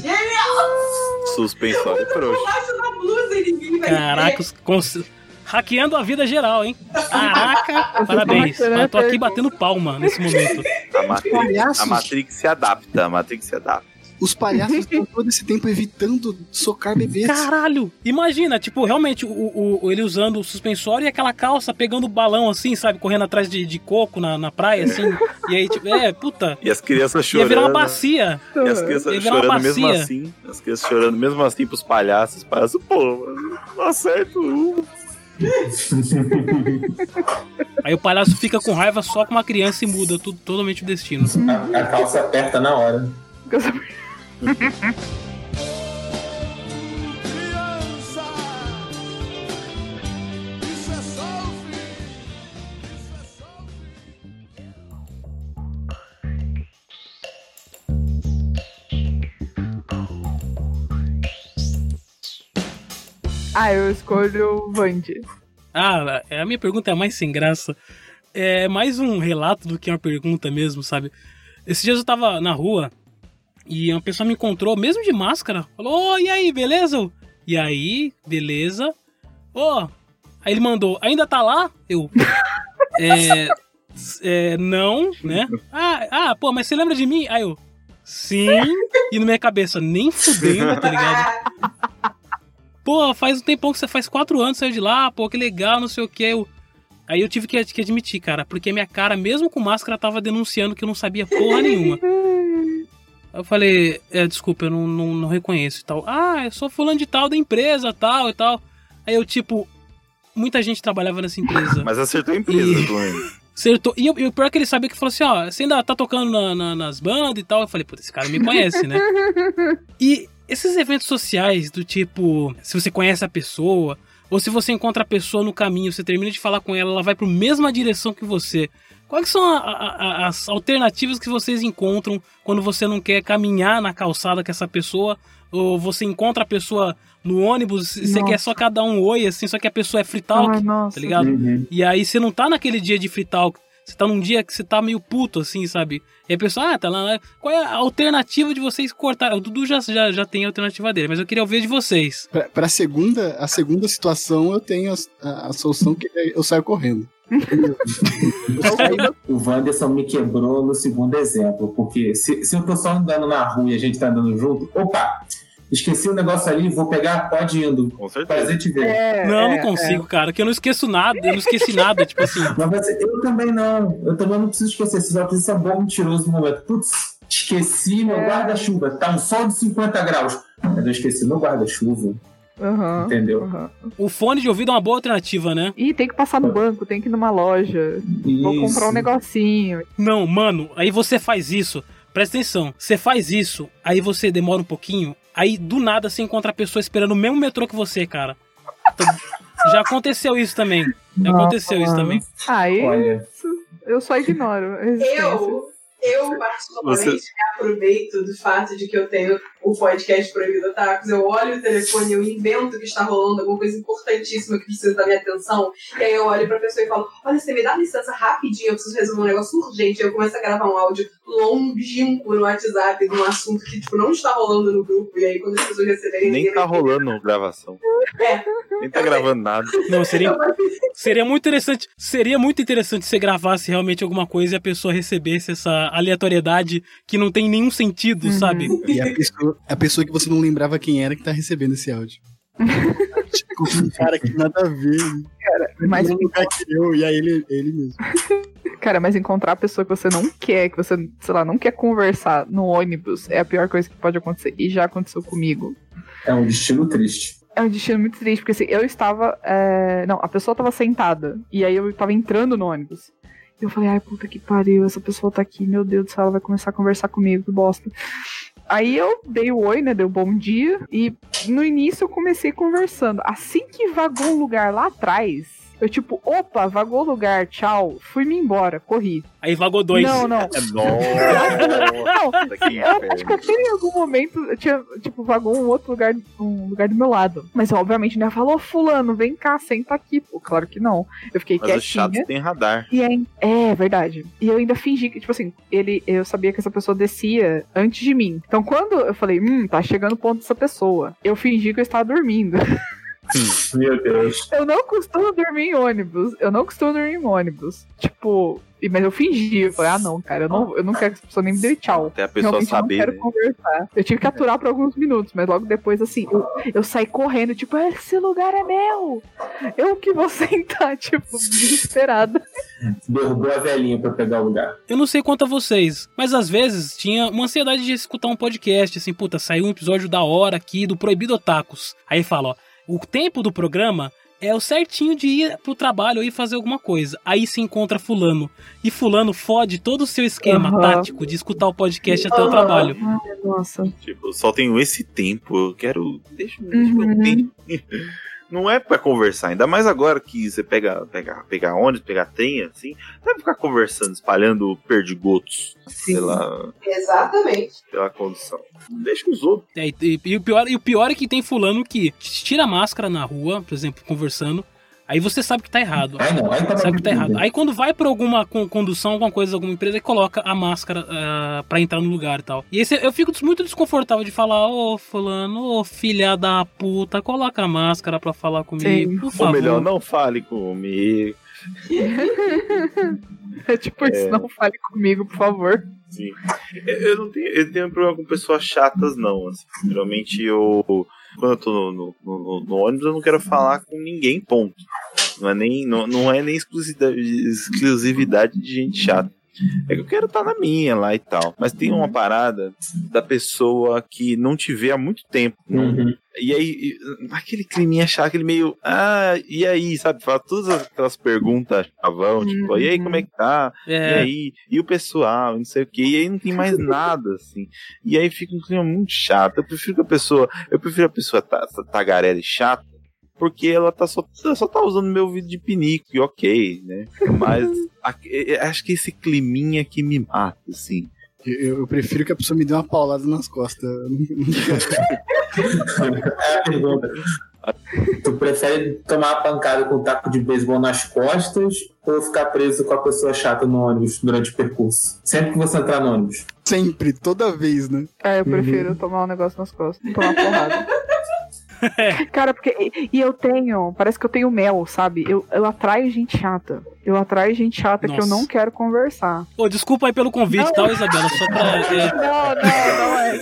Speaker 1: Suspensório frouxo.
Speaker 5: Colasso na blusa e ninguém vai
Speaker 2: Caraca, os cons- hackeando a vida geral, hein? Caraca,
Speaker 6: tá
Speaker 2: parabéns.
Speaker 6: né,
Speaker 2: Mas eu tô aqui batendo palma nesse momento.
Speaker 1: A Matrix,
Speaker 3: Palhaços.
Speaker 1: a Matrix se adapta. A Matrix se adapta.
Speaker 3: Os palhaços estão todo esse tempo evitando socar bebês.
Speaker 2: Caralho! Imagina, tipo, realmente, o, o- o- ele usando o suspensório e aquela calça pegando o balão assim, sabe? Correndo atrás de, de coco na, na praia, assim. E aí, tipo, é, puta.
Speaker 1: E as crianças
Speaker 2: Ia
Speaker 1: chorando.
Speaker 2: virar uma bacia.
Speaker 1: E as crianças
Speaker 2: Ia virar uma
Speaker 1: chorando mesmo
Speaker 2: bacia.
Speaker 1: assim. As crianças chorando mesmo assim pros palhaços. Os palhaços, pô, mas não acerta um.
Speaker 2: Aí o palhaço fica com raiva só com uma criança e muda tudo, totalmente o destino.
Speaker 4: A, a calça aperta na hora.
Speaker 6: Ah, eu escolho o Vandy.
Speaker 2: Ah, a minha pergunta é a mais sem graça. É mais um relato do que uma pergunta mesmo, sabe? Esses dias eu tava na rua e uma pessoa me encontrou, mesmo de máscara, falou: Ô, e aí, beleza? E aí, beleza? Ô, aí ele mandou: ainda tá lá? Eu. É. s- é, não, né? Ah, ah, pô, mas você lembra de mim? Aí eu. Sim. E na minha cabeça, nem fudendo, tá ligado? pô, faz um tempão que você faz quatro anos, saiu de lá, pô, que legal, não sei o que. Eu... Aí eu tive que, que admitir, cara, porque minha cara, mesmo com máscara, tava denunciando que eu não sabia porra nenhuma. Aí Eu falei, é, desculpa, eu não, não, não reconheço e tal. Ah, eu sou fulano de tal da empresa, tal e tal. Aí eu, tipo, muita gente trabalhava nessa empresa.
Speaker 1: Mas acertou a empresa,
Speaker 2: Ih.
Speaker 1: pelo menos.
Speaker 2: Acertou. E, o- e o pior é que ele sabia que falou assim: ó, você ainda tá tocando na- na- nas bandas e tal. Eu falei, puta, esse cara me conhece, né? e esses eventos sociais, do tipo, se você conhece a pessoa, ou se você encontra a pessoa no caminho, você termina de falar com ela, ela vai pra mesma direção que você. Quais que são a- a- a- as alternativas que vocês encontram quando você não quer caminhar na calçada com essa pessoa? Ou você encontra a pessoa no ônibus, e você
Speaker 6: Nossa.
Speaker 2: quer só cada um oi, assim, só que a pessoa é free talk,
Speaker 6: Ai, Ah, nossa.
Speaker 2: tá ligado? E aí você não tá naquele dia de free talk. Você tá num dia que você tá meio puto, assim, sabe? E a pessoa, ah, tá lá. lá. Qual é a alternativa de vocês cortar? O Dudu já, já, já tem a alternativa dele, mas eu queria ouvir de vocês.
Speaker 3: Pra, pra segunda, a segunda situação, eu tenho a, a- a solução que é eu saio correndo.
Speaker 6: Então,
Speaker 3: eu saio
Speaker 4: O Wanderson me quebrou no segundo exemplo, porque se, se eu tô só andando na rua e a gente tá andando junto, opa, esqueci o negócio ali, vou pegar, pode ir indo.
Speaker 1: Com certeza.
Speaker 4: Prazer te ver.
Speaker 6: É,
Speaker 2: não,
Speaker 6: é,
Speaker 2: não consigo, cara, que eu não esqueço nada. Eu não esqueci nada, tipo assim.
Speaker 4: Mas você, eu também não, eu também não preciso esquecer, você só precisa ser um bom mentiroso no momento. Putz, esqueci meu
Speaker 6: É.
Speaker 4: guarda-chuva, tá um sol de 50 graus. Mas eu esqueci meu guarda-chuva,
Speaker 6: é. Aham.
Speaker 4: entendeu?
Speaker 6: aham.
Speaker 2: O fone de ouvido é uma boa alternativa, né?
Speaker 6: Ih, tem que passar no banco, tem que ir numa loja. Vou comprar um negocinho.
Speaker 2: Não, mano, aí você faz isso. Presta atenção, você faz isso, aí você demora um pouquinho, aí do nada você encontra a pessoa esperando o mesmo metrô que você, cara. Então, já aconteceu isso também. Já aconteceu isso também.
Speaker 6: Aí
Speaker 4: Olha,
Speaker 6: eu só ignoro. a existência.
Speaker 5: Eu, Eu, particularmente, aproveito do fato de que eu tenho o podcast Proibido Tacos. Eu olho o telefone, eu invento que está rolando alguma coisa importantíssima que precisa da minha atenção. E aí eu olho pra pessoa e falo: Olha, você me dá licença rapidinho, eu preciso resolver um negócio urgente. Aí eu começo a gravar um áudio longínquo no WhatsApp de um assunto que tipo, não está rolando no grupo. E aí quando as pessoas receberem.
Speaker 1: Nem
Speaker 5: ninguém
Speaker 1: tá
Speaker 5: vai-
Speaker 1: rolando gravação.
Speaker 5: É.
Speaker 1: Nem tá gravando nada.
Speaker 2: Não, seria,
Speaker 5: Eu vou
Speaker 2: seria muito interessante. Seria muito interessante se você gravasse realmente alguma coisa e a pessoa recebesse essa aleatoriedade que não tem nenhum sentido,
Speaker 6: Uhum.
Speaker 2: sabe?
Speaker 3: E a pessoa, a pessoa que você não lembrava quem era que tá recebendo esse áudio. tipo, um cara que nada a ver. Cara,
Speaker 6: mas-
Speaker 3: lugar que eu, e aí ele, ele mesmo.
Speaker 6: Cara, mas encontrar a pessoa que você não quer, que você, sei lá, não quer conversar no ônibus é a pior coisa que pode acontecer. E já aconteceu comigo.
Speaker 4: É um destino triste.
Speaker 6: É um destino muito triste, porque assim, eu estava. é, Não, a pessoa estava sentada. E aí eu estava entrando no ônibus. E eu falei, ai, puta que pariu, essa pessoa tá aqui, meu Deus do céu, ela vai começar a conversar comigo, que bosta. Aí eu dei o oi, né? Dei o bom dia. E no início eu comecei conversando. Assim que vagou o lugar lá atrás, eu tipo, opa, vagou o lugar, tchau. Fui-me embora, corri.
Speaker 2: Aí vagou dois.
Speaker 6: Não,
Speaker 1: É
Speaker 6: não.
Speaker 1: Nossa,
Speaker 6: Não,
Speaker 1: que
Speaker 6: eu É,
Speaker 1: inferno.
Speaker 6: acho que eu tenho em algum momento, eu tinha, tipo, vagou um outro lugar, um lugar do meu lado. Mas eu, obviamente, não ia falar, ô fulano, vem cá, senta aqui. Pô, claro que não. Eu fiquei
Speaker 1: Mas os
Speaker 6: quietinha.
Speaker 1: chatos têm radar.
Speaker 6: E aí, é, verdade. E eu ainda fingi que, tipo assim, ele, eu sabia que essa pessoa descia antes de mim. Então quando eu falei, hum, tá chegando o ponto dessa pessoa, eu fingi que eu estava dormindo.
Speaker 4: Meu Deus.
Speaker 6: Eu não costumo dormir em ônibus. Eu não costumo dormir em ônibus. Tipo, e- mas eu fingi. Eu falei, ah, não, cara, eu não, eu não quero que essa pessoa nem me dê tchau.
Speaker 1: Até a pessoa
Speaker 6: Realmente eu
Speaker 1: saber,
Speaker 6: não quero
Speaker 1: né?
Speaker 6: conversar. Eu tive que aturar por alguns minutos, mas logo depois, assim, eu, eu saí correndo, tipo, esse lugar é meu! Eu que vou sentar, tipo, desesperada.
Speaker 4: Derrubou a velhinha pra pegar o lugar.
Speaker 2: Eu não sei quanto a vocês, mas às vezes tinha uma ansiedade de escutar um podcast, assim, puta, saiu um episódio da hora aqui do Proibido Otakus. Aí fala, ó, o tempo do programa é o certinho de ir pro trabalho ou ir fazer alguma coisa. Aí se encontra fulano. E fulano fode todo o seu esquema
Speaker 6: Aham.
Speaker 2: tático de escutar o podcast até o
Speaker 5: Aham.
Speaker 2: trabalho.
Speaker 6: Nossa.
Speaker 1: Tipo, só tenho esse tempo. Eu quero. Deixa, deixa
Speaker 6: Uhum.
Speaker 1: meu tempo. Não é pra conversar, ainda mais agora que você pega, pega, pega ônibus, pega trem, assim. Não é pra ficar conversando, espalhando perdigotos tá pela,
Speaker 5: Exatamente.
Speaker 1: pela condição. Deixa os outros.
Speaker 2: É, e, e- e o pior, e o pior é que tem fulano que te tira a máscara na rua, por exemplo, conversando. Aí você sabe que tá errado.
Speaker 4: Ah, não. Aí tá
Speaker 2: Sabe que tá
Speaker 4: tudo.
Speaker 2: errado. Aí quando vai pra alguma con- condução, alguma coisa, alguma empresa, ele coloca a máscara ah, pra entrar no lugar e tal. E aí cê- eu fico des- muito desconfortável de falar, ô fulano, ô filha da puta, coloca a máscara pra falar comigo.
Speaker 6: Sim.
Speaker 2: Por
Speaker 1: Ou
Speaker 2: favor.
Speaker 1: melhor, não fale comigo.
Speaker 6: É tipo isso, não fale comigo, por favor.
Speaker 1: Sim. Eu, eu não tenho, eu tenho problema com pessoas chatas, não. assim. Geralmente eu. Quando eu tô no, no- no- no ônibus, eu não quero falar com ninguém, ponto. Não é nem, não, não é nem exclusida- exclusividade de gente chata. É que eu quero estar na minha lá e tal. Mas tem uma parada da pessoa que não te vê há muito tempo. não-
Speaker 4: Uhum.
Speaker 1: e aí, e- aquele climinha chato, aquele meio, ah, e aí, sabe? Fala todas aquelas perguntas chavão, tipo, e aí, como é que tá? E
Speaker 2: É,
Speaker 1: aí, e o pessoal, não sei o que, e aí não tem mais nada, assim. E aí fica um clima muito chato. Eu prefiro que a pessoa, eu prefiro a pessoa ta- ta- tagarela e chata, porque ela tá só, só tá usando meu ouvido de pinico, e ok, né? Mas a- é- é- acho que esse climinha é que me mata, assim.
Speaker 3: Eu, eu prefiro que a pessoa me dê uma paulada nas costas. Eu não-
Speaker 4: É a pergunta. Tu prefere tomar a pancada com o taco de beisebol nas costas ou ficar preso com a pessoa chata no ônibus durante o percurso? Sempre que você entrar no ônibus.
Speaker 3: Sempre, toda vez, né?
Speaker 6: É, eu
Speaker 1: Uhum.
Speaker 6: prefiro tomar um negócio nas costas, tomar uma porrada. Cara, porque. E, e eu tenho. Parece que eu tenho mel, sabe? Eu, eu atraio gente chata. Eu atraio gente chata que eu
Speaker 2: Nossa.
Speaker 6: não quero conversar.
Speaker 2: Ô, desculpa aí pelo convite,
Speaker 6: Não.
Speaker 2: tá, Isabela? Só pra. é,
Speaker 6: Não, não, não é.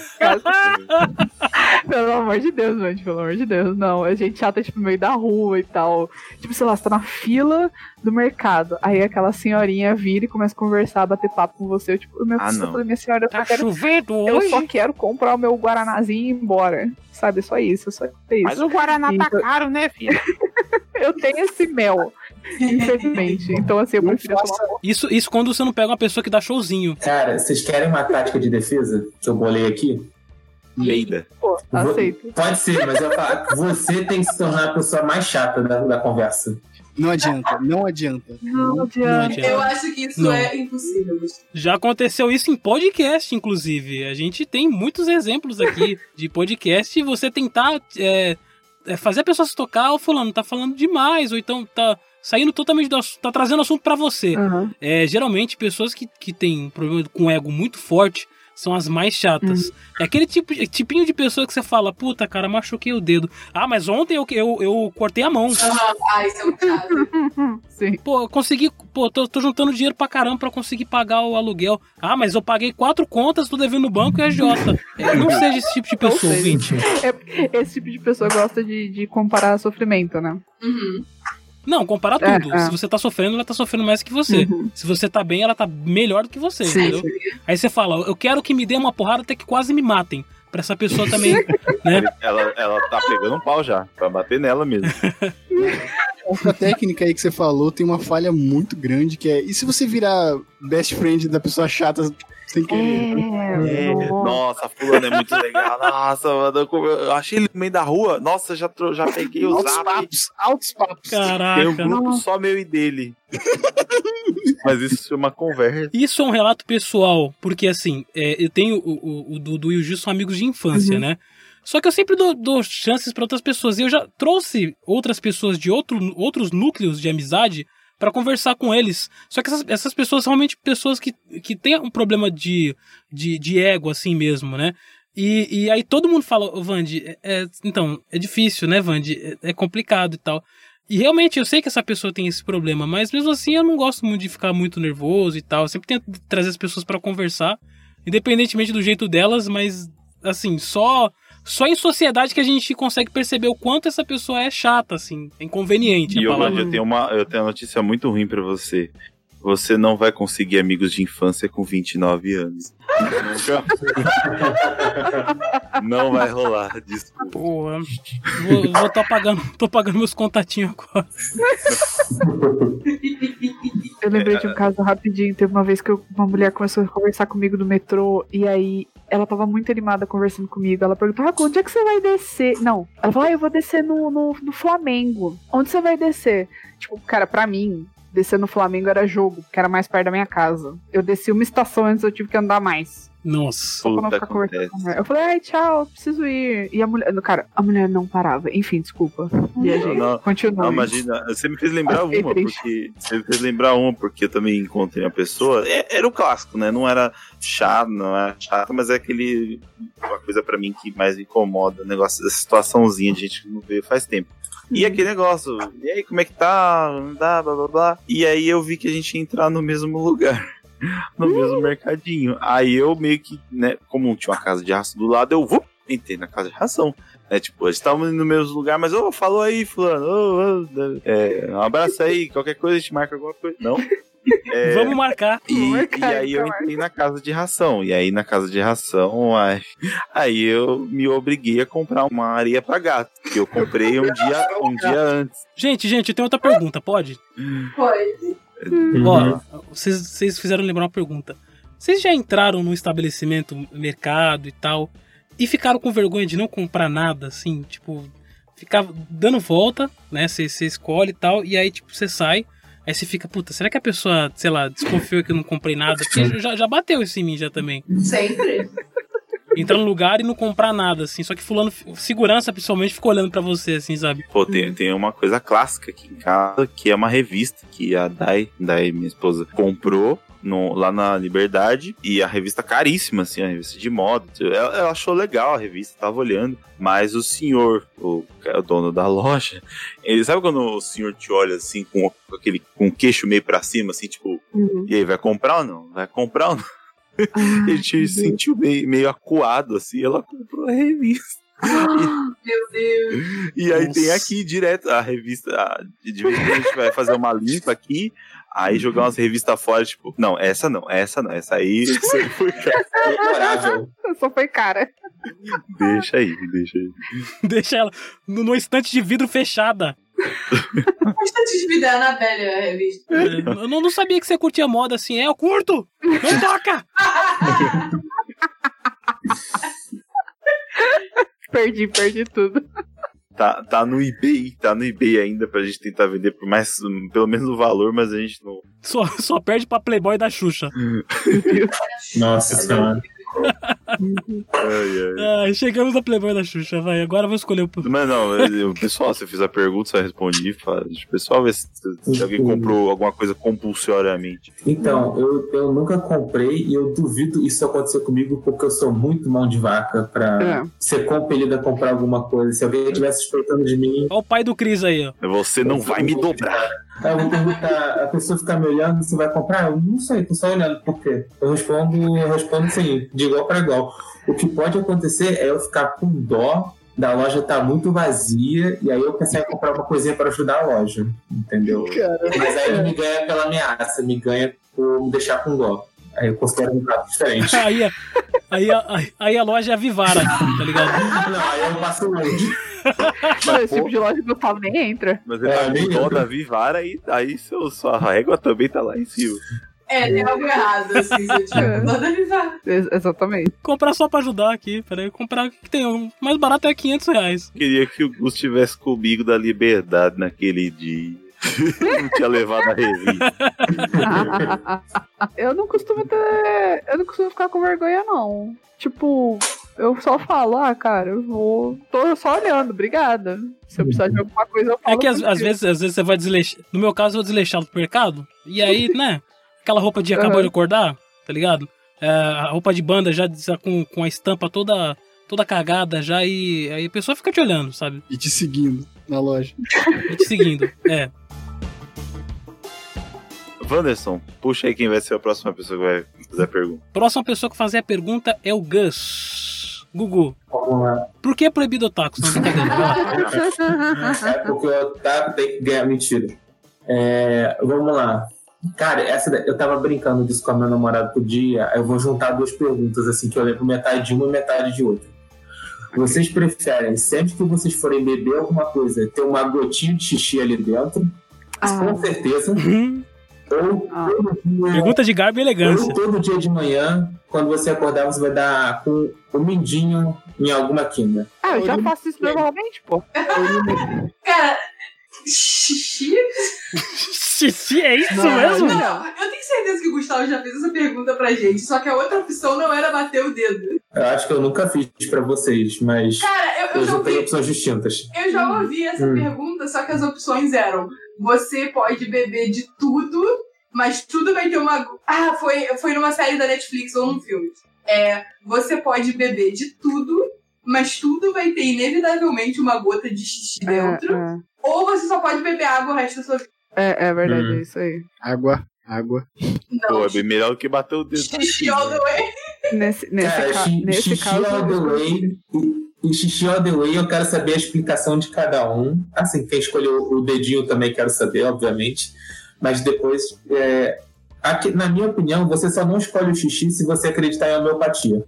Speaker 6: Pelo amor de Deus, gente, pelo amor de Deus. Não, a gente chata, tipo, no meio da rua e tal. Tipo, sei lá, você tá na fila do mercado. Aí aquela senhorinha vira e começa a conversar, bater papo com você. Eu, tipo, meu
Speaker 1: Ah,
Speaker 6: Deus, eu
Speaker 1: não.
Speaker 6: falei, minha senhora, eu só
Speaker 2: tá
Speaker 6: quero.
Speaker 2: chovendo
Speaker 6: Eu
Speaker 2: hoje?
Speaker 6: só quero comprar o meu Guaranazinho e ir embora. Sabe, só isso, só isso.
Speaker 7: Mas o Guaraná tá
Speaker 6: Então-
Speaker 7: caro, né, filho?
Speaker 6: Eu tenho esse mel, infelizmente. Então, assim, eu
Speaker 3: Não
Speaker 6: prefiro tomar.
Speaker 3: faça-
Speaker 2: Isso, isso quando você não pega uma pessoa que dá showzinho.
Speaker 4: Cara, vocês querem uma tática de defesa que eu bolei aqui?
Speaker 1: Leida.
Speaker 6: Pô,
Speaker 4: Vou-
Speaker 6: um aceito.
Speaker 4: Pode ser, mas eu ia falar, você tem que se tornar a pessoa mais chata da, da conversa.
Speaker 3: Não adianta, não adianta.
Speaker 6: Não
Speaker 2: Não
Speaker 6: adianta.
Speaker 5: Eu
Speaker 2: adianta.
Speaker 5: acho que isso
Speaker 2: Não.
Speaker 5: é impossível.
Speaker 2: Já aconteceu isso em podcast, inclusive. A gente tem muitos exemplos aqui de podcast e você tentar é, é, fazer a pessoa se tocar, ou fulano, tá falando demais, ou então tá saindo totalmente do assunto, tá trazendo assunto pra você.
Speaker 6: Aham.
Speaker 2: É, geralmente, pessoas que, que têm um problema com ego muito forte são as mais chatas. É aquele tipo, tipinho de pessoa que você fala, puta, cara, machuquei o dedo. Ah, mas ontem eu, eu, eu cortei a mão.
Speaker 5: Ah, isso é um caso.
Speaker 6: Sim.
Speaker 2: Pô, eu consegui. Pô, tô, tô juntando dinheiro pra caramba pra conseguir pagar o aluguel. Ah, mas eu paguei quatro contas, tô devendo no banco e agiota. É, não seja esse tipo de
Speaker 6: Não
Speaker 2: pessoa,
Speaker 6: seja.
Speaker 2: ouvinte.
Speaker 6: Esse tipo de pessoa gosta de, de comparar sofrimento, né?
Speaker 5: Uhum.
Speaker 2: Não, comparar
Speaker 6: É,
Speaker 2: tudo.
Speaker 6: é.
Speaker 2: Se você tá sofrendo, ela tá sofrendo mais que você.
Speaker 6: Uhum.
Speaker 2: Se você tá bem, ela tá melhor do que você,
Speaker 6: Sim,
Speaker 2: entendeu? Aí você fala, eu quero que me dê uma porrada até que quase me matem. Pra essa pessoa também.
Speaker 1: Ela, ela tá pegando um pau já, pra bater nela mesmo.
Speaker 3: Essa técnica aí que você falou tem uma falha muito grande que é. E se você virar best friend da pessoa chata sem querer?
Speaker 1: É, nossa, fulano é muito legal. Nossa, mano, eu- eu achei ele no meio da rua. Nossa, já, tro- já peguei o
Speaker 3: Altos
Speaker 1: zap.
Speaker 3: papos, altos papos.
Speaker 1: Tem um
Speaker 2: Caraca.
Speaker 1: grupo só meu e dele. Mas isso se chama conversa.
Speaker 2: Isso é um relato pessoal, porque assim, é, eu tenho o, o, o Dudu e o Gil são amigos de infância, né? Só que eu sempre dou, dou chances pra outras pessoas. E eu já trouxe outras pessoas de outro, outros núcleos de amizade pra conversar com eles. Só que essas, essas pessoas são realmente pessoas que, que têm um problema de, de, de ego, assim mesmo, né? E, e aí todo mundo fala, "Ô, Vande, é- é- então, é difícil, né, Vande? É- é complicado e tal. E realmente eu sei que essa pessoa tem esse problema, mas mesmo assim eu não gosto muito de ficar muito nervoso e tal. Eu sempre tento trazer as pessoas pra conversar, independentemente do jeito delas, mas assim, só só em sociedade que a gente consegue perceber o quanto essa pessoa é chata, assim, é inconveniente
Speaker 1: E
Speaker 2: a
Speaker 1: eu,
Speaker 2: palavra.
Speaker 1: eu, tenho uma, eu tenho uma notícia muito ruim pra você. Você não vai conseguir amigos de infância com 29 anos. Nunca- Não vai rolar, desculpa.
Speaker 2: Porra, vou, vou tá pagando, tô pagando meus contatinhos agora.
Speaker 6: Eu lembrei
Speaker 1: é,
Speaker 6: de um caso rapidinho. Teve uma vez que eu- uma mulher começou a conversar comigo no metrô, e aí ela tava muito animada conversando comigo. Ela perguntou: ah, onde é que você vai descer? Não. Ela falou: ah, eu vou descer no, no, no Flamengo. Onde você vai descer? Tipo, cara, pra mim. Descer no Flamengo era jogo, que era mais perto da minha casa. Eu desci uma estação antes, eu tive que andar mais.
Speaker 2: Nossa.
Speaker 6: Só pra não
Speaker 1: Puta,
Speaker 6: ficar conversando né? com
Speaker 1: acontece.
Speaker 6: ela. Eu falei, ai, tchau, preciso ir. E a mulher. Cara, a mulher não parava. Enfim, desculpa. E a gente.
Speaker 1: Não,
Speaker 6: Continua.
Speaker 1: Não, Ah, imagina, você me fez lembrar
Speaker 6: Fiquei
Speaker 1: uma,
Speaker 6: triste.
Speaker 1: porque. Você me fez lembrar uma, porque eu também encontrei uma pessoa. é- era o clássico, né? Não era chato, não era chato, mas é aquele. Uma coisa pra mim que mais me incomoda, o negócio, essa situaçãozinha de gente que não vê faz tempo. E aquele negócio, e aí, como é que tá? Não dá, blá blá blá. E aí eu vi que a gente ia entrar no mesmo lugar. No mesmo mercadinho. Aí eu meio que, né, como tinha uma casa de ração do lado, eu vou entrei na casa de ração. É tipo, eles estavam no mesmo lugar, mas ô, falou aí, fulano. ô, ô, é, um abraço aí, qualquer coisa, a gente marca alguma coisa. Não. É,
Speaker 2: Vamos marcar.
Speaker 1: e,
Speaker 6: Amor, cara,
Speaker 1: e aí eu
Speaker 6: então,
Speaker 1: entrei na casa de ração. E aí na casa de ração, ai, aí eu me obriguei a comprar uma areia pra gato. Que eu comprei um dia, um dia antes.
Speaker 2: Gente, gente, eu tenho outra pergunta, pode?
Speaker 5: Foi.
Speaker 4: Uhum.
Speaker 2: Ó, vocês, vocês fizeram lembrar uma pergunta. Vocês já entraram num estabelecimento, mercado e tal, e ficaram com vergonha de não comprar nada, assim, tipo, ficava dando volta, né? Você você escolhe e tal, e aí, tipo, você sai, aí você fica, puta, será que a pessoa, sei lá, desconfiou que eu não comprei nada? Porque já, já bateu isso em mim já também.
Speaker 5: Sempre.
Speaker 2: Entrar no lugar e não comprar nada, assim, só que fulano, segurança principalmente, ficou olhando pra você, assim, sabe?
Speaker 1: Pô, tem, tem uma coisa clássica aqui em casa, que é uma revista que a Dai, Dai minha esposa, comprou no- lá na Liberdade. E a revista caríssima, assim, a revista de moda. Ela, ela achou legal a revista, tava olhando. Mas o senhor, o, é o dono da loja, ele sabe quando o senhor te olha assim, com, com aquele com o queixo meio pra cima, assim, tipo,
Speaker 6: Uhum.
Speaker 1: e aí, vai comprar ou não? Vai comprar ou não?
Speaker 6: Ah,
Speaker 1: Ele te sentiu meio, meio acuado, assim, ela comprou a revista.
Speaker 5: Meu Deus.
Speaker 1: E aí tem
Speaker 2: Nossa.
Speaker 1: aqui direto a revista. a- de de vez em quando a gente vai fazer uma limpa aqui, aí jogar umas revistas fora, tipo, não, essa não, essa não, essa aí você foi cara.
Speaker 4: Memorável.
Speaker 6: Só foi cara.
Speaker 1: Deixa aí, deixa aí.
Speaker 2: Deixa ela no- numa estante de vidro fechada.
Speaker 5: Bastante de vida na velha revista.
Speaker 2: É, Eu não, não sabia que você curtia moda assim. É, eu curto! Não toca!
Speaker 6: Perdi, perdi tudo.
Speaker 1: Tá, tá no eBay, tá no eBay ainda pra gente tentar vender por mais, pelo menos o valor, mas a gente não.
Speaker 2: Só, só perde pra Playboy da Xuxa.
Speaker 4: Nossa senhora.
Speaker 1: Ai, ai.
Speaker 2: Ah, chegamos na Playboy da Xuxa, vai. Agora eu vou escolher o.
Speaker 1: Mas não, eu- pessoal, se eu fizer pergunta, só respondi. Fala, deixa o pessoal ver se, se alguém comprou alguma coisa compulsoriamente.
Speaker 4: Então, eu, eu nunca comprei e eu duvido isso acontecer comigo porque eu sou muito mão de vaca pra
Speaker 6: É.
Speaker 4: ser compelido a comprar alguma coisa. Se alguém estiver suspeitando de mim,
Speaker 2: Olha o pai do Cris aí, ó.
Speaker 1: Você não vai me dobrar.
Speaker 4: aí eu vou perguntar, a pessoa fica me olhando, você vai comprar? Eu não sei, tô só olhando, por quê? Eu respondo, eu respondo assim, de igual pra igual. O que pode acontecer é eu ficar com dó da loja tá muito vazia e aí eu pensei em comprar uma coisinha pra ajudar a loja, entendeu?
Speaker 3: Cara,
Speaker 4: Mas aí não me ganha pela ameaça, me ganha por me deixar com dó. Aí eu considero um prato diferente.
Speaker 2: Aí, a- aí, a- aí, a loja é a Vivara, tá ligado?
Speaker 4: Não, aí eu passo longe.
Speaker 2: Ah,
Speaker 6: Não, esse tipo de loja que eu falo nem entra.
Speaker 1: Mas ele tá
Speaker 4: É,
Speaker 1: com
Speaker 4: nem
Speaker 1: dó
Speaker 4: eu.
Speaker 1: da Vivara e aí seu, sua régua também tá lá em cima.
Speaker 5: É, tem algo errado, assim, se eu tiver
Speaker 2: Ah.
Speaker 5: com dó da Vivara.
Speaker 6: É, Ex- exatamente.
Speaker 2: Comprar só pra ajudar aqui. Peraí, comprar o que tem. O mais barato é 500 reais.
Speaker 1: Queria que o Gus tivesse comigo da liberdade naquele dia. não tinha levado a revista.
Speaker 6: eu não costumo ter. Eu não costumo ficar com vergonha, não. Tipo, eu só falo, ah, cara, eu vou. Tô só olhando, obrigada. Se eu precisar de alguma coisa, eu falo.
Speaker 2: É que às,
Speaker 6: porque-
Speaker 2: às vezes, às vezes você vai desleixar. No meu caso, eu vou desleixar do mercado. E aí, né? Aquela roupa de acabou
Speaker 6: Aham.
Speaker 2: de acordar, tá ligado? É, a roupa de banda já já com, com a estampa toda toda cagada já e aí a pessoa fica te olhando, sabe?
Speaker 3: e te seguindo na loja.
Speaker 2: E te seguindo. É.
Speaker 1: Wanderson, puxa aí quem vai ser a próxima pessoa que vai fazer a pergunta.
Speaker 2: Próxima pessoa que fazer a pergunta é o Gus. Gugu,
Speaker 4: Vamos lá.
Speaker 2: por que é proibido o taco? Não, brincadeira, vai lá.
Speaker 4: É porque o Otávio tem que ganhar. Mentira. É, vamos lá. Cara, essa da- eu tava brincando disso com a minha namorada outro dia. Eu vou juntar duas perguntas, assim, que eu lembro metade de uma e metade de outra. Vocês preferem, sempre que vocês forem beber alguma coisa, ter uma gotinha de xixi ali dentro?
Speaker 6: Ah.
Speaker 4: Com certeza.
Speaker 2: Uhum.
Speaker 4: Ou
Speaker 6: Ah.
Speaker 4: todo dia-
Speaker 2: Pergunta de garbo e
Speaker 4: Ou
Speaker 2: elegância.
Speaker 4: todo dia de manhã, quando você acordar, você vai dar com o mindinho em alguma quina.
Speaker 6: Ah, eu já faço isso normalmente, pô.
Speaker 5: Cara, xixi?
Speaker 2: Xixi, é isso
Speaker 6: Não,
Speaker 2: mesmo?
Speaker 5: Não, eu tenho certeza que o Gustavo já fez essa pergunta pra gente, só que a outra opção não era bater o dedo.
Speaker 4: Eu acho que eu nunca fiz pra vocês, mas
Speaker 5: Cara, eu, eu
Speaker 4: eu
Speaker 5: já
Speaker 4: já tenho
Speaker 5: ouvi,
Speaker 4: opções distintas.
Speaker 5: eu já ouvi essa
Speaker 4: Hum.
Speaker 5: pergunta, só que as opções eram: você pode beber de tudo, mas tudo vai ter uma. Ah, foi, foi numa série da Netflix ou num filme. É, você pode beber de tudo, mas tudo vai ter inevitavelmente uma gota de xixi dentro. Ou você só pode beber água o resto da sua vida.
Speaker 6: É, é verdade,
Speaker 4: Hum.
Speaker 6: é isso aí.
Speaker 3: Água, água.
Speaker 1: Pô,
Speaker 5: Não,
Speaker 1: é bem melhor do que bater o dedo. na
Speaker 5: xixi
Speaker 1: cara.
Speaker 5: all the way.
Speaker 6: Nesse, nesse,
Speaker 4: Cara,
Speaker 6: ca-
Speaker 4: É, xi-
Speaker 6: nesse
Speaker 4: xixi
Speaker 6: caso.
Speaker 4: all the way. E, e xixi all the way, eu quero saber a explicação de cada um. Assim, quem escolheu o dedinho também quero saber, obviamente. Mas depois, é, aqui- na minha opinião, você só não escolhe o xixi se você acreditar em homeopatia.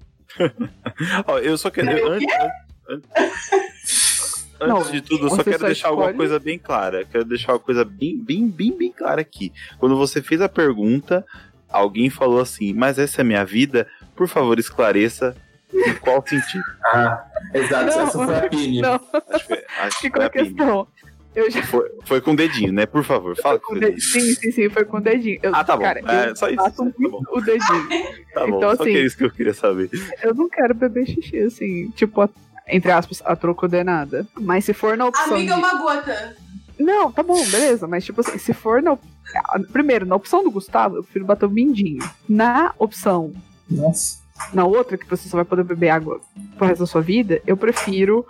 Speaker 1: Ó, eu só quero. eu- antes, an- an-
Speaker 6: Não,
Speaker 1: antes de tudo, eu só
Speaker 6: você
Speaker 1: quero
Speaker 6: só
Speaker 1: deixar alguma
Speaker 6: escolhe-
Speaker 1: coisa bem clara. Quero deixar uma coisa bem, bem, bem, bem clara aqui. Quando você fez a pergunta, alguém falou assim, mas essa é minha vida, por favor, esclareça. Em qual sentido?
Speaker 4: Ah, exato,
Speaker 6: Não,
Speaker 4: essa foi a Pini.
Speaker 6: Não,
Speaker 1: Acho que, é, acho que
Speaker 6: ficou
Speaker 1: foi, a
Speaker 6: a
Speaker 1: Pini.
Speaker 6: questão. Eu já
Speaker 1: foi, foi com o dedinho, né? Por favor, fala com o
Speaker 6: Foi com o
Speaker 1: dedinho.
Speaker 6: dedinho. Sim, sim, sim, foi com o dedinho. Eu-
Speaker 1: Ah, tá bom.
Speaker 6: Cara,
Speaker 1: É,
Speaker 6: eu
Speaker 1: só isso.
Speaker 6: bato
Speaker 1: Tá
Speaker 6: muito o dedinho.
Speaker 1: Tá bom,
Speaker 6: Então,
Speaker 1: só
Speaker 6: assim-
Speaker 1: que é isso que eu queria saber.
Speaker 6: Eu não quero beber xixi, assim, tipo, a- entre aspas, a troco de nada. Mas se for na opção.
Speaker 5: Amiga, é
Speaker 6: de-
Speaker 5: uma gota.
Speaker 6: Não, tá bom, beleza. Mas, tipo assim, se for na. op- ah, Primeiro, na opção do Gustavo, eu prefiro bater o mindinho. Na opção,
Speaker 4: Nossa.
Speaker 6: na outra, que você só vai poder beber água pro resto da sua vida, eu prefiro.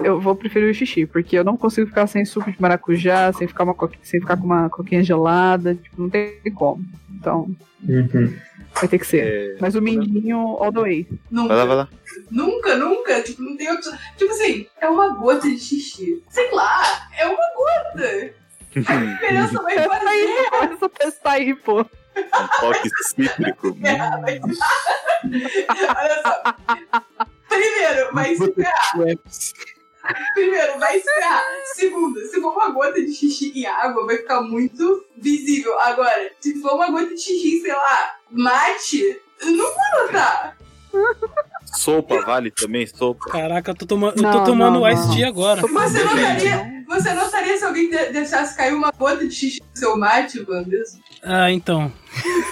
Speaker 6: Eu vou preferir o xixi, porque eu não consigo ficar sem suco de maracujá, sem ficar, uma coqui- sem ficar com uma coquinha gelada. Tipo, não tem como. Então,
Speaker 4: Uhum.
Speaker 6: vai ter que ser.
Speaker 1: É,
Speaker 6: Mas o
Speaker 2: Né?
Speaker 6: mindinho all the way.
Speaker 1: Vai lá,
Speaker 5: Nunca,
Speaker 1: vai lá.
Speaker 5: nunca, nunca. Tipo, não tem opção. Tipo assim, é uma gota de xixi. Sei lá, é uma gota. A diferença vai
Speaker 6: Testa
Speaker 5: fazer.
Speaker 6: aí, pô, essa testa aí, pô.
Speaker 1: Um toque cítrico. Hum,
Speaker 5: Olha só. Primeiro, vai se ferrar.
Speaker 3: Ueps.
Speaker 5: Primeiro, vai se ferrar. Segundo, se for uma gota de xixi e água, vai ficar muito visível. Agora, se for uma gota de xixi, sei lá, mate, não vou notar.
Speaker 1: Sopa, vale também? Sopa.
Speaker 2: Caraca, eu tô tomando, eu tô
Speaker 6: Não,
Speaker 2: tomando
Speaker 6: não,
Speaker 2: Ice
Speaker 6: não.
Speaker 2: Tea agora.
Speaker 5: Você
Speaker 4: Depende.
Speaker 5: notaria, você notaria se alguém de- deixasse cair uma gota de xixi no seu mate, Wanders?
Speaker 2: Ah, então.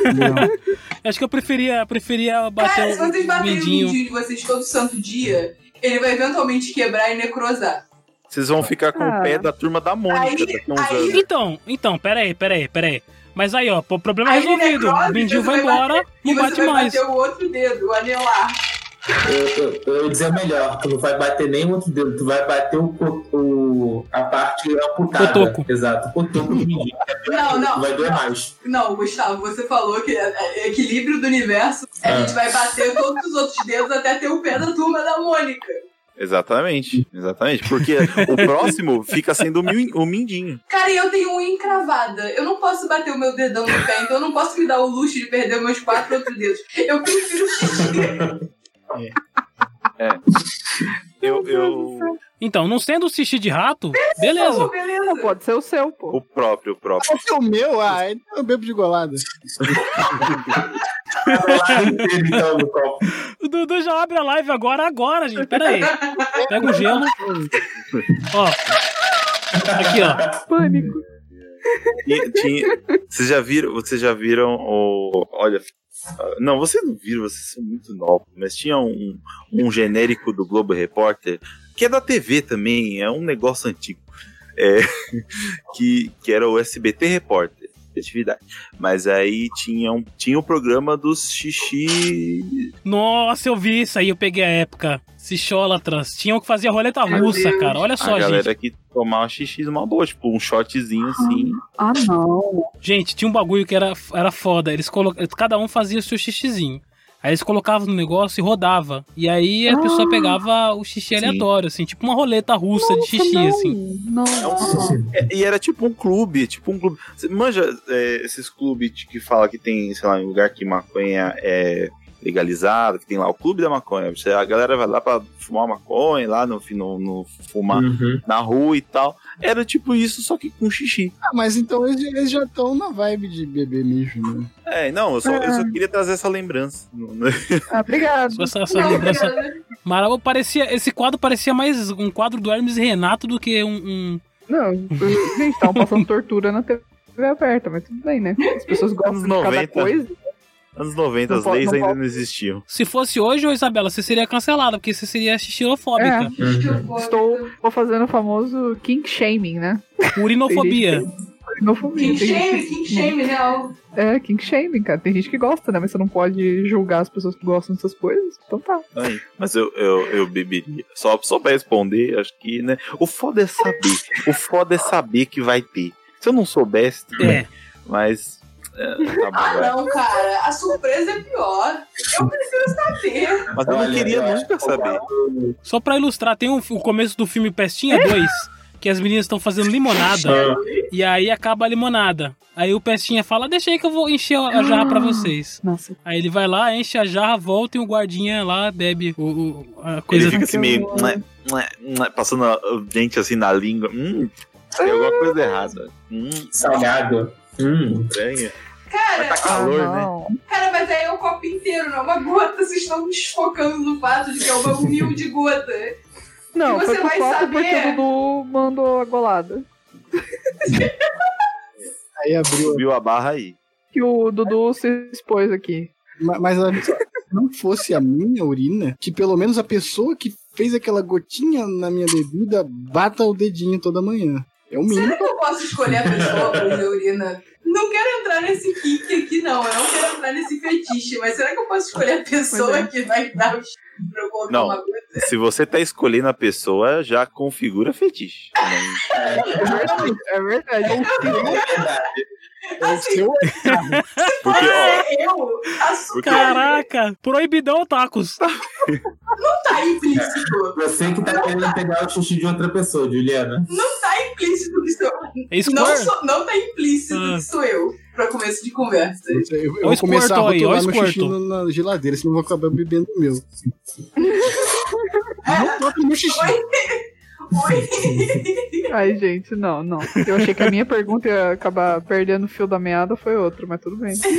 Speaker 3: Não.
Speaker 2: Acho que eu preferia, preferia
Speaker 5: Cara,
Speaker 2: bater
Speaker 5: se vocês um
Speaker 2: o
Speaker 5: baterem o
Speaker 2: mindinho.
Speaker 5: mindinho de vocês todo santo dia, ele vai eventualmente quebrar e necrosar.
Speaker 1: Vocês vão ficar com o pé
Speaker 6: Ah.
Speaker 1: da turma da Mônica
Speaker 5: Aí-
Speaker 1: daqui a uns
Speaker 5: aí-
Speaker 1: anos.
Speaker 2: Então, então, peraí, peraí, peraí. Mas aí, ó, o problema
Speaker 5: Aí ele
Speaker 2: resolvido.
Speaker 5: necrose,
Speaker 2: O Bindinho
Speaker 5: você
Speaker 2: vai
Speaker 5: vai
Speaker 2: embora, não
Speaker 5: E você
Speaker 2: bate
Speaker 5: vai
Speaker 2: mais.
Speaker 5: bater o outro dedo, o anelar.
Speaker 4: Eu, eu, eu ia dizer melhor, tu não vai bater nem o outro dedo, tu vai bater o, co- o- a parte amputada.
Speaker 2: Cotoco.
Speaker 4: Exato, o cotoco do menino.
Speaker 5: Não, não.
Speaker 4: Tu vai doer mais.
Speaker 5: Não, Gustavo, você falou que é- é equilíbrio do universo, a
Speaker 4: Ah.
Speaker 5: gente vai bater todos os outros dedos até ter o pé da turma da Mônica.
Speaker 1: Exatamente, exatamente. Porque o próximo fica sendo o, min- o mindinho.
Speaker 5: Cara, e eu tenho unha encravada. Eu não posso bater o meu dedão no pé, então eu não posso me dar o luxo de perder meus quatro outros dedos. Eu prefiro xixi.
Speaker 1: Eu, eu,
Speaker 2: Então, não sendo o xixi de rato,
Speaker 5: Pô,
Speaker 2: beleza.
Speaker 5: beleza.
Speaker 6: Não, pode ser o seu, pô.
Speaker 1: o próprio, o próprio.
Speaker 3: Qual que é o meu? Ah, então eu bebo de golada.
Speaker 4: então, no copo.
Speaker 2: O Dudu já abre a live agora, agora, gente. Pera aí. Pega o gelo. Ó. Aqui, ó.
Speaker 6: Pânico.
Speaker 1: Tinha- tinha- Vocês já viram, vocês já viram o. Olha. Não, vocês não viram, vocês são muito novos, mas tinha um, um genérico do Globo Repórter, que é da TV também, é um negócio antigo. é, que, que era o SBT Repórter, atividade. Mas aí tinha, um, tinha o programa dos xixi.
Speaker 2: Nossa, eu vi isso aí, eu peguei a época. Se chola trans. Tinham que fazer a roleta
Speaker 5: Meu
Speaker 2: russa,
Speaker 5: Deus.
Speaker 2: cara. Olha
Speaker 1: A
Speaker 2: só, gente.
Speaker 1: galera que tomava xixi numa boa, tipo, um shotzinho assim.
Speaker 6: Ah, não.
Speaker 2: Gente, tinha um bagulho que era, era foda. Eles colo... Cada um fazia o seu xixizinho. Aí eles colocavam no negócio e rodava. E aí a
Speaker 6: Ah.
Speaker 2: pessoa pegava o xixi aleatório, assim, tipo uma roleta russa de xixi,
Speaker 6: não.
Speaker 2: assim.
Speaker 6: Não.
Speaker 1: É, E era tipo um clube, tipo um clube. Você manja é, esses clubes de- que fala que tem, sei lá, em lugar que maconha é legalizada, que tem lá o clube da maconha. Você- a galera vai lá pra fumar maconha, lá no, no, no fumar
Speaker 4: Uhum.
Speaker 1: na rua e tal. Era tipo isso, só que com xixi.
Speaker 3: Ah, mas então eles, eles já estão na vibe de beber mijo, né?
Speaker 1: É, não, eu só, eu só queria trazer essa lembrança. Não- não-
Speaker 6: Ah, obrigado.
Speaker 2: Só essa, essa
Speaker 5: Não,
Speaker 2: lembrança
Speaker 5: cara,
Speaker 2: Maravilha, parecia, esse quadro parecia mais um quadro do Hermes e Renato do que um. um-
Speaker 6: Não, gente, estavam passando tortura na TV aberta, mas tudo bem, né? As pessoas gostam
Speaker 1: Anos
Speaker 6: de cada
Speaker 1: 90.
Speaker 6: coisa.
Speaker 1: Anos 90,
Speaker 6: Não
Speaker 1: as
Speaker 6: po-
Speaker 1: leis
Speaker 6: não
Speaker 1: ainda
Speaker 6: po-
Speaker 1: não existiam.
Speaker 2: Se fosse hoje, ô Isabela, você seria cancelada, porque você seria xixilofóbica.
Speaker 4: Uhum.
Speaker 5: xixi,
Speaker 6: Estou vou fazendo o famoso kink shaming, né?
Speaker 2: Urinofobia.
Speaker 6: Urinofobia.
Speaker 5: King
Speaker 6: Tem gente-
Speaker 5: Shame, King Shame, né? real.
Speaker 6: É, kink shaming, cara. Tem gente que gosta, né? Mas você não pode julgar as pessoas que gostam dessas coisas. Então tá.
Speaker 1: Aí, mas eu, eu, eu beberia. Só, só pra responder, acho que, né? O foda é saber. O foda é saber que vai ter. Se eu não soubesse, tudo bem.
Speaker 2: É.
Speaker 1: Mas. é, tá bom,
Speaker 5: Ah,
Speaker 1: vai.
Speaker 5: não, cara. A surpresa é pior. Eu prefiro saber.
Speaker 1: Mas eu não
Speaker 4: Olha,
Speaker 1: queria
Speaker 4: eu acho
Speaker 1: nunca
Speaker 4: que
Speaker 1: saber.
Speaker 2: Só pra ilustrar, tem um- o começo do filme Pestinha 2, que as meninas estão fazendo limonada.
Speaker 4: Ah,
Speaker 2: E aí acaba a limonada. Aí o Pestinha fala: Deixa aí que eu vou encher a a jarra pra vocês.
Speaker 6: Nossa.
Speaker 2: Aí ele vai lá, enche a jarra, volta e o guardinha lá bebe o, o- a
Speaker 1: Ele
Speaker 2: coisa.
Speaker 1: fica assim
Speaker 6: que
Speaker 1: meio.
Speaker 6: horror.
Speaker 1: "Mua, mua, mua", passando a- o dente assim na língua. Hum, tem alguma coisa errada. Hum,
Speaker 4: salgado. Hum.
Speaker 1: estranha. Mas
Speaker 5: Cara,
Speaker 1: tá calor, né?
Speaker 6: ah, não.
Speaker 5: cara, mas aí é o copo inteiro, não é uma gota. Vocês estão desfocando no fato de que é uma humilde gota.
Speaker 6: Não,
Speaker 5: E você
Speaker 6: foi pro
Speaker 5: vai
Speaker 6: copo
Speaker 5: saber?
Speaker 6: porque o Dudu mandou a golada.
Speaker 3: Aí abriu.
Speaker 1: Subiu a barra aí.
Speaker 6: Que o Dudu se expôs aqui.
Speaker 3: Ma- Mas a, se não fosse a minha urina, que pelo menos a pessoa que fez aquela gotinha na minha bebida bata o dedinho toda manhã. É o mínimo.
Speaker 5: Será que eu posso escolher a pessoa pra fazer urina? Não quero entrar nesse kick aqui, não. Eu não quero entrar nesse fetiche, mas será que eu posso escolher a pessoa
Speaker 6: Pois
Speaker 5: que vai dar o cheiro pra eu colocar
Speaker 1: Não.
Speaker 5: uma coisa?
Speaker 1: Se você tá escolhendo a pessoa, já configura fetiche. né? Não-
Speaker 6: É verdade, é verdade.
Speaker 3: É o
Speaker 5: Assim,
Speaker 3: seu
Speaker 1: Porque, ó,
Speaker 5: é eu? Açúcar
Speaker 1: porque-
Speaker 2: Caraca, proibidão tacos.
Speaker 5: não tá implícito.
Speaker 4: Você que tá querendo pegar o xixi de outra pessoa, Juliana.
Speaker 5: Não tá implícito que sou
Speaker 2: É
Speaker 5: não,
Speaker 2: squirt.
Speaker 5: sou, não tá implícito
Speaker 2: Ah.
Speaker 5: que sou eu, pra começo de conversa.
Speaker 3: Eu, eu
Speaker 2: Ó o
Speaker 3: vou começar a
Speaker 2: Squirtle aí, ó o
Speaker 3: rotular meu xixi
Speaker 2: Squirtle.
Speaker 3: na na geladeira, senão eu vou acabar bebendo o meu. Não toque Ah, no xixi.
Speaker 5: Oi? Oi?
Speaker 6: Ai, gente, não, não. Eu achei que a minha pergunta ia acabar perdendo o fio da meada, foi outra, mas tudo bem.
Speaker 2: Será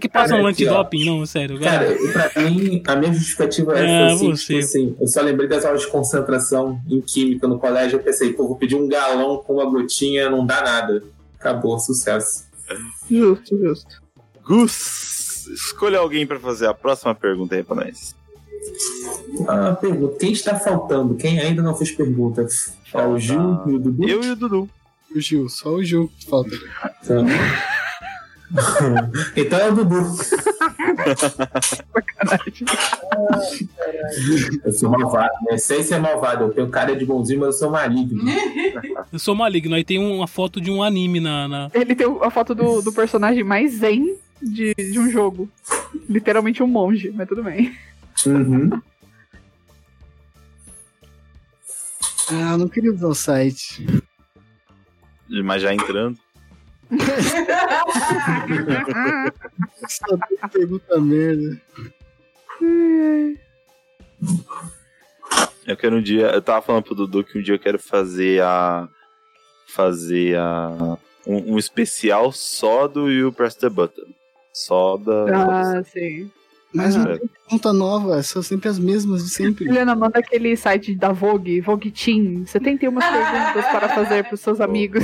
Speaker 2: que passa
Speaker 4: Cara,
Speaker 2: um
Speaker 4: aqui, ó.
Speaker 2: antidoping? Não, sério. agora-
Speaker 4: Cara, e pra mim, a minha justificativa é,
Speaker 2: Ah,
Speaker 4: assim,
Speaker 2: você.
Speaker 4: tipo assim, eu só lembrei das aulas de concentração em química no colégio, eu pensei, pô, vou pedir um galão com uma gotinha, não dá nada. Acabou, sucesso.
Speaker 6: Justo, justo.
Speaker 1: Gus, escolha alguém pra fazer a próxima pergunta aí pra nós.
Speaker 4: Ah, pergunta, quem está faltando? Quem ainda não fez pergunta? Ó, o Gil e o Dudu?
Speaker 1: Eu e o Dudu.
Speaker 3: O Gil, só o Gil que falta.
Speaker 4: Tá. então é o Dudu.
Speaker 6: É Sacanagem.
Speaker 4: Eu sou malvado, minha essência é malvada. Eu tenho cara de bonzinho, mas eu sou maligno.
Speaker 5: Né?
Speaker 2: Eu sou maligno. Aí tem uma foto de um anime na. na-
Speaker 6: Ele tem a foto do, do personagem mais zen de, de um jogo. Literalmente um monge, mas tudo bem.
Speaker 4: Uhum.
Speaker 3: Ah, eu não queria usar o site.
Speaker 1: Mas já entrando.
Speaker 3: Só tem pergunta merda.
Speaker 1: Eu quero um dia. Eu tava falando pro Dudu que um dia eu quero fazer a. Fazer a. Um, um especial só do You Press the Button. Só da.
Speaker 6: Ah, sim.
Speaker 3: Mas
Speaker 1: Ah.
Speaker 3: não tem pergunta nova, são sempre as mesmas de sempre.
Speaker 6: Juliana, manda aquele site da Vogue, Vogue Team. Você tem umas perguntas para fazer pros seus amigos.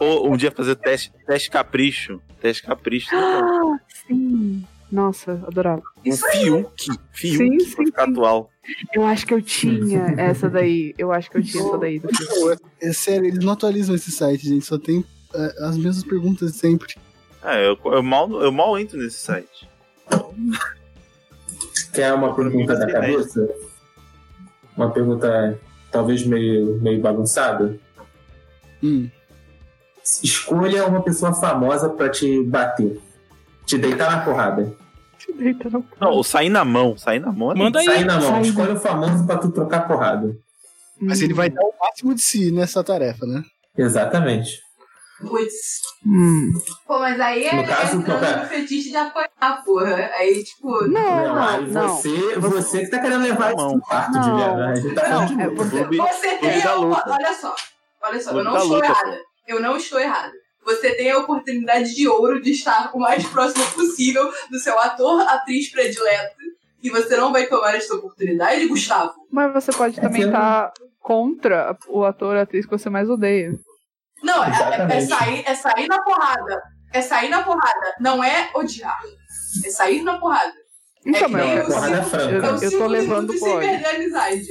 Speaker 1: Ou um dia fazer teste, teste capricho. Teste capricho.
Speaker 6: Ah, sim. Nossa, adorava.
Speaker 1: Um Fiuk. Fiuk,
Speaker 6: Sim,
Speaker 1: pra
Speaker 6: sim,
Speaker 1: ficar
Speaker 6: sim.
Speaker 1: atual.
Speaker 6: Eu acho que eu tinha
Speaker 1: Hum.
Speaker 6: essa daí. Eu acho que eu tinha essa daí.
Speaker 3: Não, é- é sério, eles não atualizam esse site, gente. Só tem é, as mesmas perguntas de sempre.
Speaker 1: Ah, eu, eu, mal, eu mal entro nesse site.
Speaker 4: Quer uma pergunta da cabeça? Uma pergunta talvez meio, meio bagunçada?
Speaker 3: Hum.
Speaker 4: Escolha uma pessoa famosa pra te bater. Te deitar na porrada.
Speaker 6: Deita no
Speaker 1: Não, ou sair na mão. Sair na mão é
Speaker 2: Manda aí.
Speaker 4: Sai na mão.
Speaker 6: sai.
Speaker 4: Escolha o famoso pra tu trocar porrada.
Speaker 3: Mas ele vai dar o máximo de si nessa tarefa, né?
Speaker 4: Exatamente.
Speaker 5: Putz.
Speaker 6: Hum.
Speaker 5: Pô, mas aí é
Speaker 4: No caso, não,
Speaker 5: entrando
Speaker 4: pera.
Speaker 5: no fetiche de apanhar, porra. Aí, tipo.
Speaker 6: Não,
Speaker 4: Não,
Speaker 6: não,
Speaker 4: aí
Speaker 6: É, não.
Speaker 4: Você, você que tá querendo levar
Speaker 1: Não.
Speaker 4: esse parto de
Speaker 6: Não.
Speaker 4: verdade. A gente tá falando de
Speaker 6: Não, é
Speaker 4: luta.
Speaker 6: você-
Speaker 1: Clube-
Speaker 5: Você
Speaker 1: clube
Speaker 5: tem
Speaker 1: da
Speaker 5: a...
Speaker 1: luta.
Speaker 5: Olha só, olha
Speaker 1: Clube
Speaker 5: só,
Speaker 1: tá
Speaker 5: eu não
Speaker 1: da
Speaker 5: estou
Speaker 1: luta,
Speaker 5: errada. Eu não estou errada. Você tem a oportunidade de ouro de estar o mais próximo possível do seu ator, atriz predileto. E você não vai tomar essa oportunidade, Gustavo.
Speaker 6: Mas você pode
Speaker 4: É
Speaker 6: também
Speaker 4: que eu-
Speaker 6: estar contra o ator, a atriz que você mais odeia.
Speaker 5: Não, é, é- é
Speaker 4: Exatamente.
Speaker 5: sair, é sair na porrada. É sair na porrada. Não é odiar. É sair na porrada.
Speaker 6: Então,
Speaker 5: que
Speaker 6: mas
Speaker 4: Não, é
Speaker 5: eu
Speaker 4: porrada
Speaker 5: sinto-
Speaker 6: Eu-
Speaker 4: franca.
Speaker 6: eu tô levando
Speaker 5: minutos
Speaker 6: pro
Speaker 5: sem
Speaker 6: ódio.
Speaker 5: perder a amizade.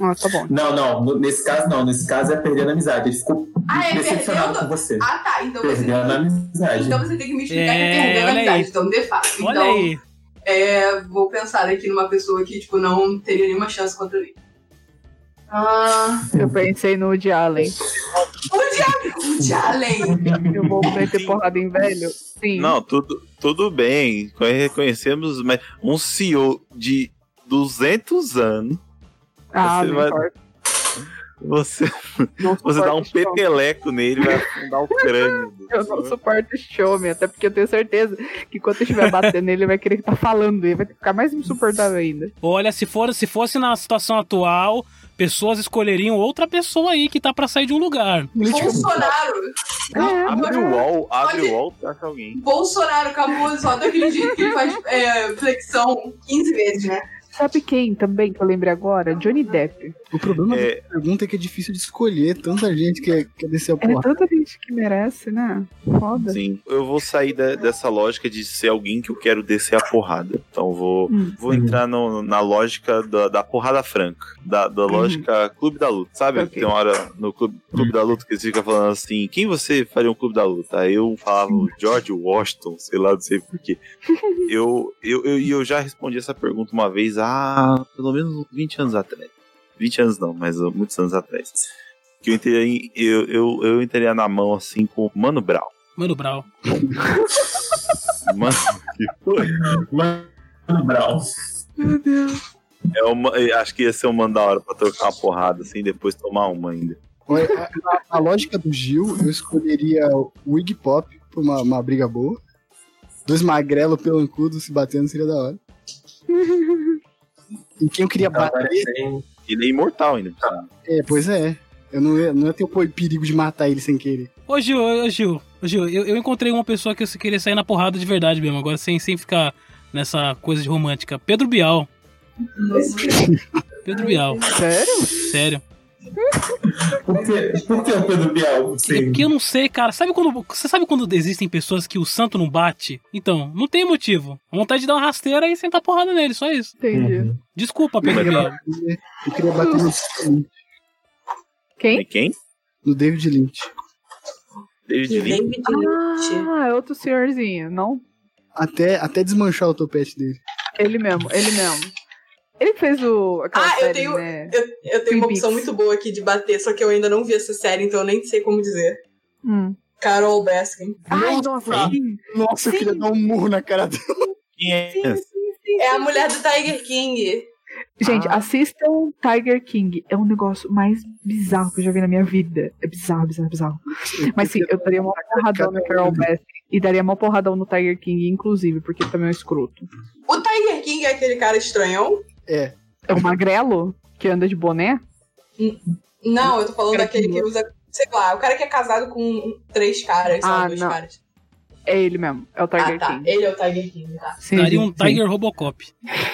Speaker 6: Ah, tá bom.
Speaker 4: Não, não, no- nesse caso não, nesse caso é perdendo a amizade. Ele ficou
Speaker 5: Ah, é
Speaker 4: decepcionado
Speaker 5: perdendo?
Speaker 4: com você.
Speaker 5: Ah, tá. Então você,
Speaker 4: Perdendo a amizade.
Speaker 5: então você tem que me explicar
Speaker 2: É,
Speaker 5: que é perdendo a
Speaker 2: olha aí.
Speaker 5: amizade. Então, de fato. Então,
Speaker 2: Olha aí.
Speaker 5: é, vou pensar aqui numa pessoa que, tipo, não teria nenhuma chance contra mim. Ah, um
Speaker 6: Eu pensei no Woody Allen.
Speaker 5: o Diallen! O
Speaker 4: Um
Speaker 5: Diallen!
Speaker 6: Eu vou meter porrada em velho? Sim.
Speaker 1: Não, tudo, tudo bem. Reconhecemos, mas um CEO de 200 anos,
Speaker 6: ah,
Speaker 1: você
Speaker 6: não
Speaker 1: vai-
Speaker 6: importa.
Speaker 1: você,
Speaker 6: Não
Speaker 1: você dá um
Speaker 6: suporto esse homem.
Speaker 1: peteleco nele, vai afundar o crânio. do
Speaker 6: Eu não suporto esse homem, até porque eu tenho certeza que enquanto eu estiver batendo nele, ele vai querer estar falando e vai ficar mais insuportável ainda.
Speaker 2: Olha, se, for, se fosse na situação atual, pessoas escolheriam outra pessoa aí que tá pra sair de um lugar.
Speaker 5: Bolsonaro!
Speaker 6: É,
Speaker 1: Abre o wall, abre o wall, taca alguém.
Speaker 5: Bolsonaro, Camus, só daquele jeito que ele faz é, flexão 15 vezes, né?
Speaker 6: sabe quem também que eu lembrei agora? Johnny Depp.
Speaker 3: O problema
Speaker 1: É.
Speaker 3: da pergunta é que é difícil de escolher. Tanta gente quer, quer descer a
Speaker 6: É
Speaker 3: porra.
Speaker 6: tanta gente que merece, né? Foda.
Speaker 1: Sim. Eu vou sair da- dessa lógica de ser alguém que eu quero descer a porrada. Então eu vou,
Speaker 6: Hum.
Speaker 1: vou entrar no- na lógica da, da porrada franca. Da, da lógica clube da luta. Sabe?
Speaker 6: Uhum. Ok.
Speaker 1: Tem uma hora no clube, clube da luta que eles ficam falando assim: quem você faria um clube da luta? Aí eu falava o George Washington, sei lá, não sei porquê. Eu, eu, eu, e eu já respondi essa pergunta uma vez há pelo menos uns 20 anos atrás. 20 anos não, mas uh, muitos anos atrás. Que eu entrei, em- eu, eu, eu entraria na mão assim com o Mano Brown.
Speaker 2: Mano, Brau.
Speaker 1: Mano, que foi?
Speaker 4: Mano Brown.
Speaker 6: Meu Deus.
Speaker 1: É uma, eu acho que ia ser um mano da hora pra trocar uma porrada assim e depois tomar uma ainda.
Speaker 3: Olha, a, a- a lógica do Gil, eu escolheria o Iggy Pop pra uma, uma briga boa. Dois magrelo pelancudos se batendo seria da hora. Em quem eu queria
Speaker 4: Ela
Speaker 3: bater.
Speaker 4: parece bem-
Speaker 1: Ele é imortal ainda. sabe?
Speaker 3: É, pois é. Eu não ia, não ia ter o po- perigo de matar ele sem querer.
Speaker 2: Ô Gil, ô Gil, ô Gil, eu, eu encontrei uma pessoa que eu queria sair na porrada de verdade mesmo, agora sem, sem ficar nessa coisa de romântica. Pedro Bial.
Speaker 5: Esse filme
Speaker 2: Pedro Bial,
Speaker 6: Sério?
Speaker 2: sério.
Speaker 4: Por que, por que o Pedro Bial?
Speaker 2: É
Speaker 4: Sim.
Speaker 2: porque eu não sei, cara. Sabe quando. Você sabe quando existem pessoas que o santo não bate? Então, não tem motivo. A vontade de dar uma rasteira e sentar porrada nele, só isso.
Speaker 6: Entendi.
Speaker 4: Uhum.
Speaker 2: Desculpa, Pedro
Speaker 1: Legal.
Speaker 2: Bial.
Speaker 3: Eu queria bater no,
Speaker 1: É
Speaker 6: Quem?
Speaker 1: quem?
Speaker 3: no David Lynch.
Speaker 1: David Lynch.
Speaker 5: David Lynch.
Speaker 6: Ah, é outro senhorzinho, não?
Speaker 3: Até, até desmanchar o topete dele.
Speaker 6: Ele mesmo, ele mesmo. Ele que fez o. Aquela
Speaker 5: Ah, eu
Speaker 6: série,
Speaker 5: tenho-
Speaker 6: Né?
Speaker 5: Eu tenho uma
Speaker 6: Twin
Speaker 5: opção
Speaker 6: Peaks.
Speaker 5: muito boa aqui de bater, só que eu ainda não vi essa série, então eu nem sei como dizer.
Speaker 6: Hum.
Speaker 5: Carol Baskin.
Speaker 6: Ai,
Speaker 3: Nossa.
Speaker 6: nossa, sim.
Speaker 3: Nossa, eu
Speaker 6: Sim.
Speaker 3: queria dar um murro na cara dele.
Speaker 1: Quem é?
Speaker 6: Sim, sim, sim.
Speaker 5: É a mulher do Tiger King. Ah.
Speaker 6: Gente, assistam Tiger King. É um negócio mais bizarro que eu já vi na minha vida. É bizarro, bizarro, bizarro. Mas sim, eu daria uma porradão no Carol Baskin e daria uma porradão no Tiger King, inclusive, porque ele também é um escroto.
Speaker 5: O Tiger King é aquele cara estranhão?
Speaker 3: É,
Speaker 6: É um magrelo que anda de boné?
Speaker 5: Não, eu tô falando
Speaker 6: Cara
Speaker 5: daquele
Speaker 6: que
Speaker 5: que usa, sei lá, o cara que é casado com três caras, só
Speaker 6: Ah,
Speaker 5: dois
Speaker 6: não.
Speaker 5: caras.
Speaker 6: É ele mesmo, é o Tiger
Speaker 5: ah, tá.
Speaker 6: King.
Speaker 5: Ele é o Tiger King, tá.
Speaker 6: Sim,
Speaker 2: Daria um
Speaker 6: sim, sim.
Speaker 2: Tiger Robocop.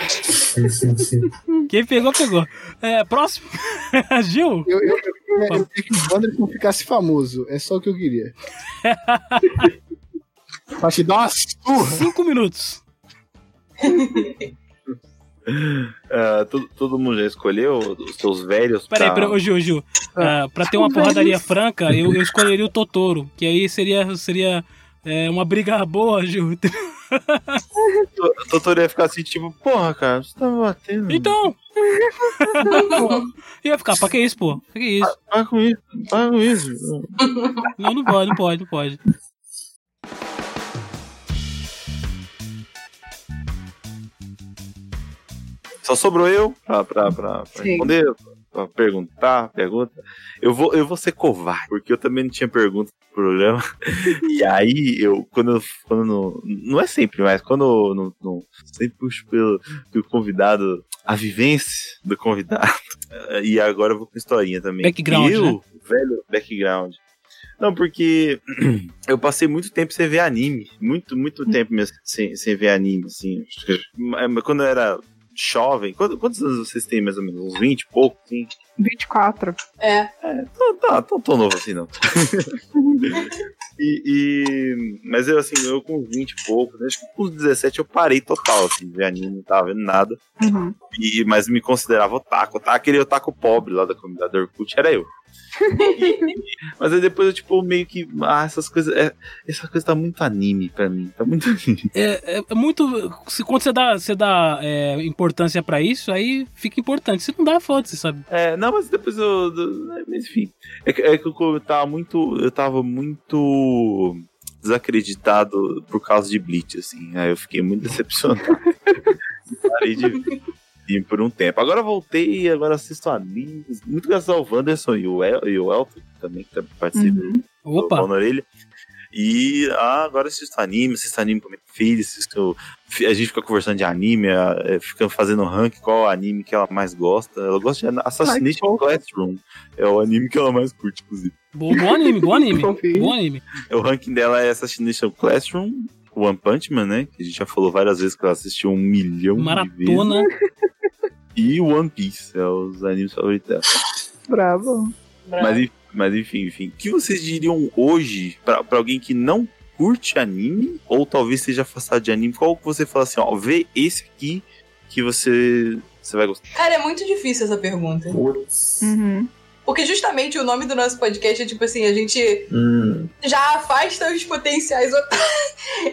Speaker 4: Sim, sim, sim.
Speaker 2: Quem pegou, pegou. É, próximo. Gil?
Speaker 3: eu, eu, eu, queria- eu queria que o Wanderson ficasse famoso. É só o que eu queria. pra te dar uma surra.
Speaker 2: Cinco minutos.
Speaker 1: Ah, todo, todo mundo já escolheu os seus velhos.
Speaker 2: Peraí,
Speaker 1: pra-
Speaker 2: peraí, ô Gil, ô, Gil. Ah, pra ter uma
Speaker 6: Velho.
Speaker 2: porradaria franca, eu, eu escolheria o Totoro, que aí seria, seria é, uma briga boa, Gil.
Speaker 1: O doutor ia ficar assim, tipo, porra, cara, você tá me batendo.
Speaker 2: Então!
Speaker 5: Tá
Speaker 2: ia ficar, pra que isso, pô? Pra que isso?
Speaker 1: Para com isso, para com isso.
Speaker 2: Não, não pode, não pode, não pode.
Speaker 1: Só sobrou eu pra, pra, pra, pra
Speaker 6: Sim.
Speaker 1: responder, pra perguntar, pergunta. Eu vou, eu vou ser covarde, porque eu também não tinha pergunta pro programa. e aí, eu, quando eu, quando eu- não é sempre, mas quando eu não, não- sempre puxo pelo, pelo convidado, a vivência do convidado. E agora eu vou com historinha também.
Speaker 2: Background,
Speaker 1: eu,
Speaker 2: né?
Speaker 1: velho, background. Não, porque eu passei muito tempo sem ver anime. Muito,
Speaker 2: Hum.
Speaker 1: muito tempo mesmo sem, sem ver anime, assim. Mas Quando eu era jovem. Quantos, quantos anos vocês têm, mais ou menos? Uns 20 e pouco, assim?
Speaker 6: 24.
Speaker 5: É.
Speaker 1: Não, tá, tão, tão novo assim, não. e, e- Mas eu, assim, eu com 20 e pouco, né, acho que com os 17 eu parei total, assim, ver anime, não tava vendo nada.
Speaker 6: Uhum.
Speaker 1: E, mas me considerava otaku, otaku, aquele otaku pobre lá da comunidade do Orkut, era eu. mas aí depois eu, tipo, meio que. Ah, essas coisas. é, essa coisa tá muito anime pra mim. Tá muito anime.
Speaker 2: É, é- é muito. se- quando você dá, você dá é, importância pra isso, aí fica importante. Se não dá, foda-se, sabe?
Speaker 1: É, não, mas depois eu. do- Mas enfim. É, que- é que eu tava muito. Eu tava muito desacreditado por causa de Bleach, assim. Aí eu fiquei muito decepcionado. Parei de ver anime por um tempo. Agora voltei, agora assisto animes. Muito graças ao Wanderson e o, El, e o Elton também, que tá também participa.
Speaker 6: Uhum.
Speaker 1: do Pau
Speaker 2: Opa!
Speaker 1: na orelha. E ah, agora assisto anime, assisto anime com minha filha, assisto, fi- a gente fica conversando de anime, a- é, fica fazendo rank qual anime que ela mais gosta. Ela gosta de Assassination Classroom, é o anime que ela mais curte, inclusive.
Speaker 2: Bom, bom anime, bom anime.
Speaker 6: Fofinho.
Speaker 2: bom anime.
Speaker 1: O ranking dela é Assassination Classroom, One Punch Man, né? Que a gente já falou várias vezes que ela assistiu um milhão de vezes.
Speaker 2: Maratona.
Speaker 1: E One Piece, é os animes favoritos dela.
Speaker 6: Bravo.
Speaker 1: Mas, enfim- mas enfim, enfim. O que vocês diriam hoje pra pra alguém que não curte anime? Ou talvez seja afastado de anime? Qual que você fala assim, ó, vê esse aqui que você, você vai gostar?
Speaker 5: Cara, é muito difícil essa pergunta.
Speaker 4: Putz.
Speaker 6: Uhum.
Speaker 5: Porque justamente o nome do nosso podcast é tipo assim, a gente
Speaker 4: Hum.
Speaker 5: já afasta os potenciais otários.